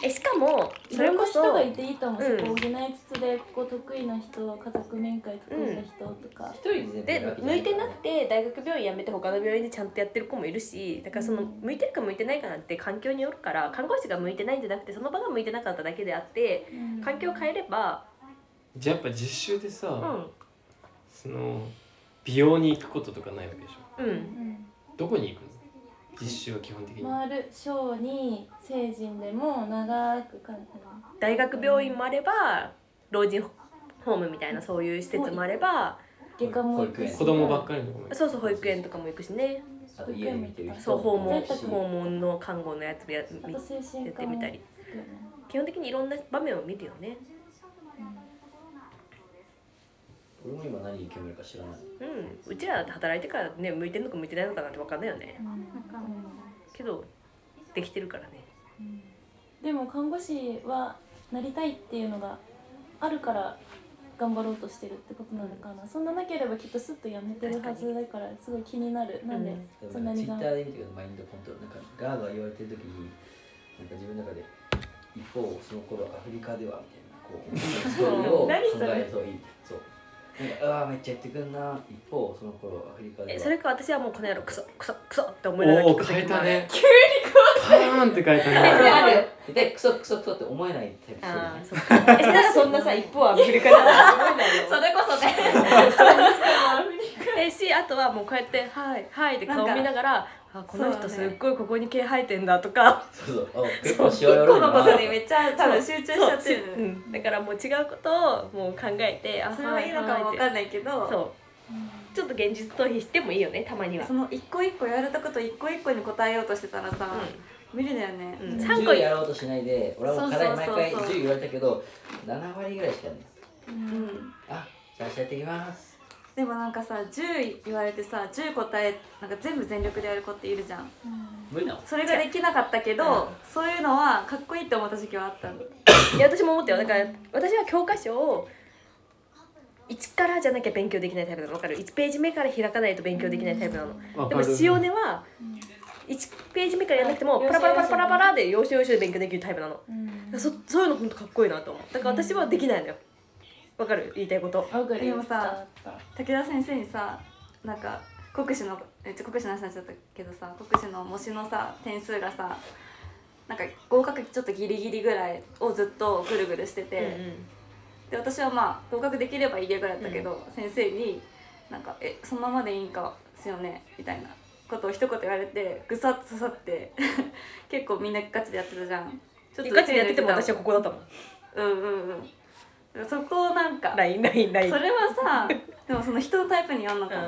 えしかもそそれれここそそ人がいていいと思う、うんそこを補いつつでここ得意な人家族面会得意な人とか、一人で全部やるでわけじゃ向いてからなねくて大学病院辞めて他の病院でちゃんとやってる子もいるしだからその向いてるか向いてないかなんて環境によるから看護師が向いてないんじゃなくてその場が向いてなかっただけであって環境を変えればじゃあやっぱ実習でさ、うんその美容に行くこととかないわけでしょうんどこに行くの実習は基本的に、回る小に成人でも長くか大学病院もあれば老人ホームみたいなそういう施設もあれば外科も行くし子供ばっかりのとこも行くそうそう保育園とかも行くしねあと家で見てる人そう訪問贅沢訪問の看護のやつもやあと精見神科てもみたり基本的にいろんな場面を見るよね俺俺も今何に興味あるか知らないうんうちらだって働いてからね向いてんのか向いてないのかなんて分かんないよねけどできてるからねでも看護師はなりたいっていうのがあるから頑張ろうとしてるってことなのかな、そんななければきっとスッとやめてるはずだからすごい気になるなんででそもんななんかツイにッ頑タ張ーで見てるマインドコントロールなんかガードが言われてる時になんか自分の中で一方その頃アフリカではみたいなこうストーリーを考 (laughs) 何それえるといいそうなんかうわーめっちゃやってくんな一方その頃アフリカでえはそれか私はもうこの野郎クソクソクソって思いながらお聞おく変え時もたある (laughs) ね急パーンって変えたねで (laughs) でクソクソクソって思えないタイプああそっかえなんかそんなさ一方はアフリカだなって思えないよそれこそね (laughs) えしあとはもうこうやって「はいはい」って顔見ながら「あこの人すっごいここに毛生えてんだ」とかそうそうあ結構しわ寄るなめっちゃ多分集中しちゃってるそううんだからもう違うことをもう考えてあそれはいいのかもわかんないけはどいそうちょっと現実逃避してもいいよねたまにはその一個一個やわれたこと一個一個に答えようとしてたらさ、無理だよね、ううんん10やろうとしないで俺はもう課題毎回そうそうそうそう10言われたけど7割ぐらいしかやんないうんあじゃあ明日やってきますでもなんかさ10言われてさ10答えなんか全部全力でやる子っているじゃん無理なのそれができなかったけど、そういうのはかっこいいって思った時期はあったのいや私も思ったよだから私は教科書を1からじゃなきゃ勉強できないタイプなの分かる1ページ目から開かないと勉強できないタイプなのでも塩根は1ページ目からやらなくてもパラパラパラパラパラで要所要所で勉強できるタイプなのそそういうの本当かっこいいなと思うだから私はできないのよ分かる言いたいことるでもさ武田先生にさなんか国試のめっちゃ国試の話になっちゃったけどさ国試の模試のさ点数がさなんか合格ちょっとギリギリぐらいをずっとぐるぐるしてて、で私はまあ合格できればいいやぐらいだったけど、先生になんか「えそのままでいいんかすよね」みたいなことを一言言われてぐさっと刺さって (laughs) 結構みんなガチでやってたじゃんちガチでやってても私はここだったもんうんうんうんでもそこをなんか LINE LINE それはさでもその人のタイプによんのかな、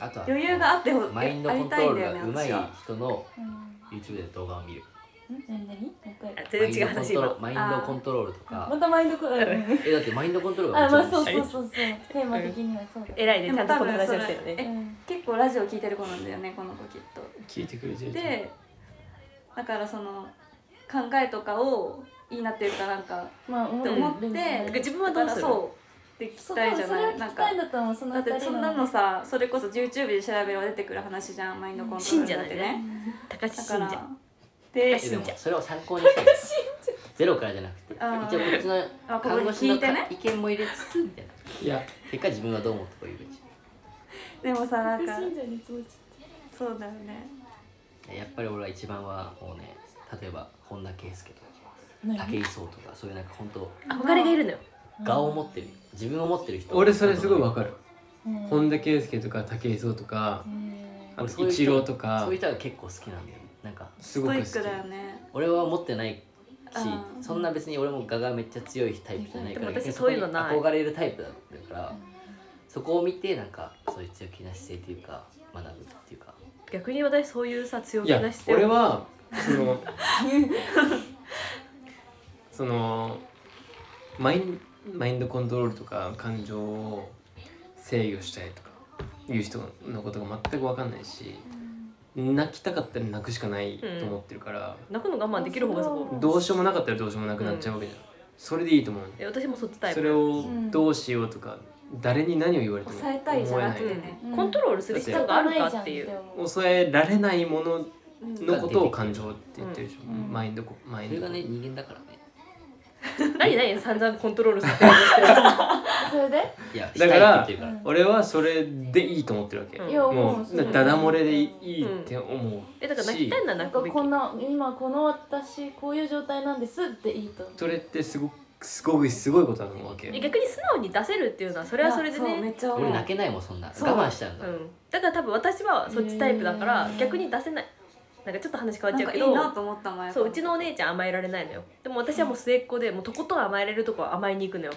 あとは余裕があってほマインドあコりントたいロんールだが上手よね私いは人の YouTube で動画を見る何何もう一回全然違う話今マインドコントロールとまかたマインドコントロールえだってマインドコントロー (laughs) ルあがまめあっちそゃうそう面白いそうそうテーマ的にはそうだ偉いでねちゃもんと多この分話そをれしてるねえ結構ラジオ聞いてる子なんだよねこの子きっと聞いてくれてるでだからその考えとかをいいなっていうかなんかまあって思って、自分はどうするだからそうで聞きたいじゃないそう多分それは聞なんきかたいんだと思うそのだってそん二なの人のさそれこそ YouTube で調べれば出てくる話じゃんマインドコントロールだってね高橋だ信か者らでえでもそれを参考にしてるゼロからじゃなくてあー一応こっちのあここ看に護師聞のいてね意見も入れつつみたいないや結果自分はどう思ったか言うべきでもさなんか信者に通じそうだよねやっぱり俺は一番はもうね例えば本田圭佑と何か武井壮とかそういうなんか本当憧れがいるのよ顔を持ってる自分を持ってる人俺それすごいわかるうん本田圭佑とか武井壮とかあ俺とそういう人一郎とかそういう人が結構好きなんだよねなんかすスごトくイ好ックだよきね俺は持ってないしあーそんな別に俺も我がめっちゃ強いタイプじゃないからでも私逆にそういうのないそこに憧れるタイプだったからそこを見てなんかそういう強気な姿勢というか学ぶっていうか逆に私そういうさ強い気やな姿勢俺はそのそのマインマインドコントロールとか感情を制御したいとかいう人のことが全く分かんないし泣きたかったら泣くしかないと思ってるから、泣くの我慢できる方がそこどうしようもなかったらどうしようもなくなっちゃうわけじゃん、それでいいと思うのえ私もそっちタイそプれをどうしようとか、誰に何を言われても抑えたいじゃなくて思えねコントロールする必要があるかっていう抑えられないもののことを感情って言ってるでしょ、マインドコマインそドれがね人間だからね何何散々コントロールさせようとしてる (laughs) それでいやだからしたいって言ってるから俺はそれでいいと思ってるわけ、うんいやももうそううだダダ漏れでいいって思うえだから泣しきたいならなん泣かくべきこんな今この私こういう状態なんですっていいと思うそれってすごくすごいすごいことだと思うわけえ逆に素直に出せるっていうのはそれはそれでいやうめねっちゃ思俺う泣けないもんそんな我慢しちゃうんうだんだから多分私はそっちタイプだから逆に出せないなんかちょっと話変わっなちゃうんかけいどいなと思った前そううちのお姉ちゃん甘えられないのよでも私はもう末っ子でもうとことん甘えれるとこは甘えに行くのよ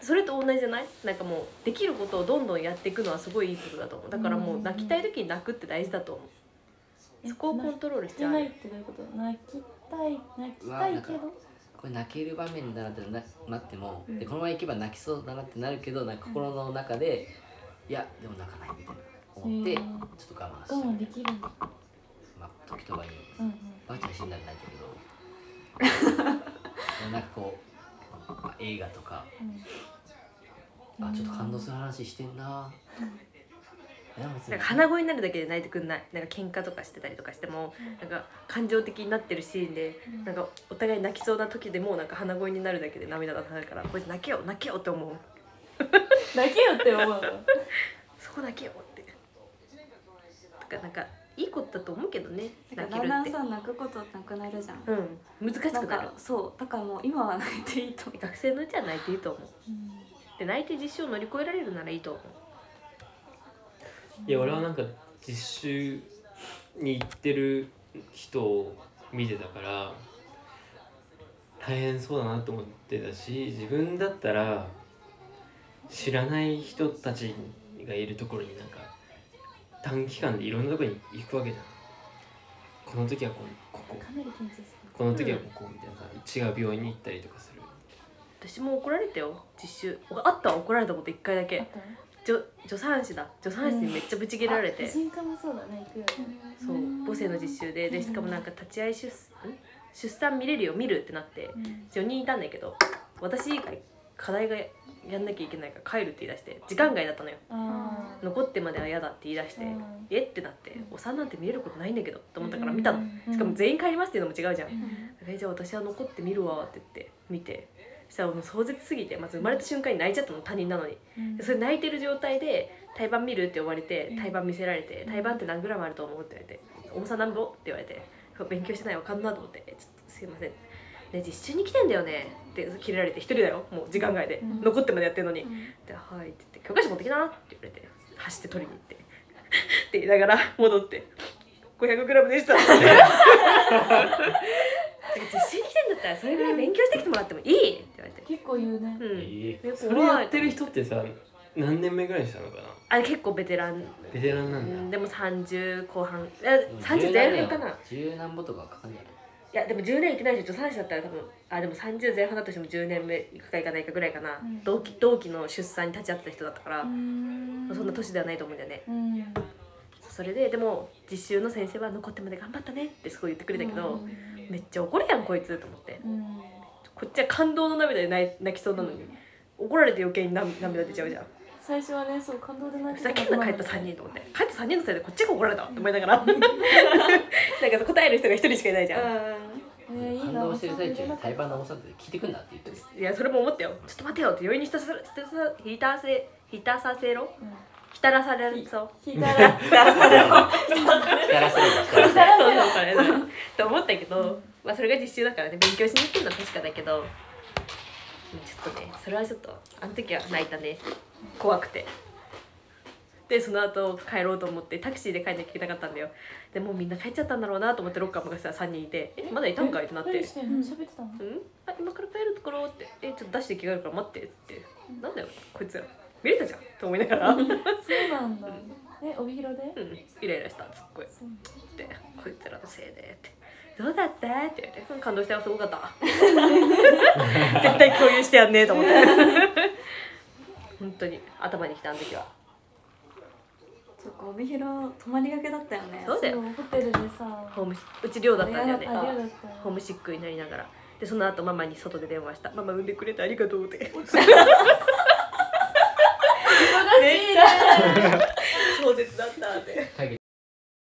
それと同じじゃないなんかもうできることをどんどんやっていくのはすごいいいことだと思うだからもう泣きたい時に泣くって大事だと思うそこをコントロールししちてゃうないってどういうこと泣きたい泣きたいけどうわなんかこれ泣ける場面だなってななっても、うんでこのままいけば泣きそうだなってなるけどなんか心の中で、いやでも泣かないみたいな思って、うんちょっと我慢して、我慢できるんだまあ、時と場合によるうんうんばあちゃん死んだら泣いたけど (laughs) でもなんかこう、まあ映画とかあちょっと感動する話してんなぁ、いや別なにんか鼻声になるだけで泣いてくんないなんか喧嘩とかしてたりとかしてもなんか感情的になってるシーンでなんかお互い泣きそうな時でもうなんか鼻声になるだけで涙が出るからこいつ泣けよ泣けよって思う泣けよって思うのそこ泣けよってとかなんかいいことだと思うけどねなん泣かけだるんだっんてさ泣くことなくなるじゃん、うん難しなくんなるかそうだからもう今は泣いていいと思う学生のうちは泣いていいと思うで泣いて実習を乗り越えられるならいいと思ういや俺はなんか実習に行ってる人を見てたから大変そうだなと思ってたし自分だったら知らない人たちがいるところになんか短期間でいろんなところに行くわけじゃんこの時はこここかなり緊張するこの時はここみたいな違う病院に行ったりとかする私も怒られたよ実習あったわ怒られたこと一回だけ助助産師だ助産師にめっちゃブチ切られて、婦人科もそうだね行くよねそう母性の実習ででしかもなんか立ち会い出ん出産見れるよ見るってなって4人いたんだけど私以外課題がやんなきゃいけないから帰るって言い出して時間外だったのよあ残ってまでは嫌だって言い出して、うんえってなってお産なんて見れることないんだけどと思ったから見たの、うんしかも全員帰りますっていうのも違うじゃん、ーえじゃあ私は残って見るわって言って見てそしたらもう壮絶すぎてまず生まれた瞬間に泣いちゃったの他人なのにうんでそれ泣いてる状態で「胎盤見る?」って呼ばれて胎盤見せられて「胎盤って何グラムあると思う?」って言われて「重さ何ぼ?」って言われて「勉強してないわかんな」と思って「えちょっとすいません」ね、実習に来てんだよねって切れられて一人だよもう時間外で、うん残ってまでやってるのに、うんで「はい」って言って「教科書持ってきな」って言われて走って取りに行ってって言いながら戻って「500g (laughs) でした」って実習に来てんだったらそれぐらい勉強してきてもらってもいいって言われて結構言うねうん、ええそれやってる人ってさ何年目ぐらいにしたのかなあ結構ベテランベテランうなんだんでも30後半えでも30前半かな十何歩とかはかかんじゃないいやでも10年いけないでしょ助産師だったら多分あでも30前半だとしても10年目いくかいかないかぐらいかな、うん同期同期の出産に立ち会ってた人だったから、うんそんな年ではないと思うんだよねうんそれででも実習の先生は残ってまで頑張ったねってすごい言ってくれたけど、うんめっちゃ怒るやんこいつと思ってうんこっちは感動の涙で泣い泣きそうなのに、怒られて余計に涙涙出ちゃうじゃん最初はねそう感動で泣いふてざたけんな帰った3人と思って帰った3人のせいでこっちが怒られたって思いながら (laughs) なんかさ答える人が1人しかいないじゃん、えーいいな感動してる最中そんなに胎盤の重さって聞いてくんだって (laughs) 言ってるいやそれも思ったよちょっと待てよって余韻に浸さ浸さ浸させ浸させろうん浸らされるそう聞いたら (laughs) 浸らせる浸らせるそうそうそれそれと思ったけど、まあ、それが実習だからね勉強しに行ってるのは確かだけどちょっとねそれはちょっとあの時は泣いたね怖くてでその後帰ろうと思ってタクシーで帰んなきゃいけなかったんだよでもうみんな帰っちゃったんだろうなと思ってロッカーもさ3人いて「えまだいたんかい?」ってなって何してんの喋ってたのうん、あ今から帰るところってえちょっと出して着替えるから待ってってなんだよこいつら見れたじゃんと思いながらうんそうなんだえ帯広でイライラしたすっごいっそうてこいつらのせいでってどうだったって言われてうん感動したよすごかった絶対共有してやんねえと思って本当に頭にきたあの時はそっか帯広泊まりがけだったよねそうだよそうホテルでさホームシうち寮だったんだよね寮あ寮だったよホームシックになりながらでその後ママに外で電話した「ママ産んでくれてありがとう」ってめっちゃ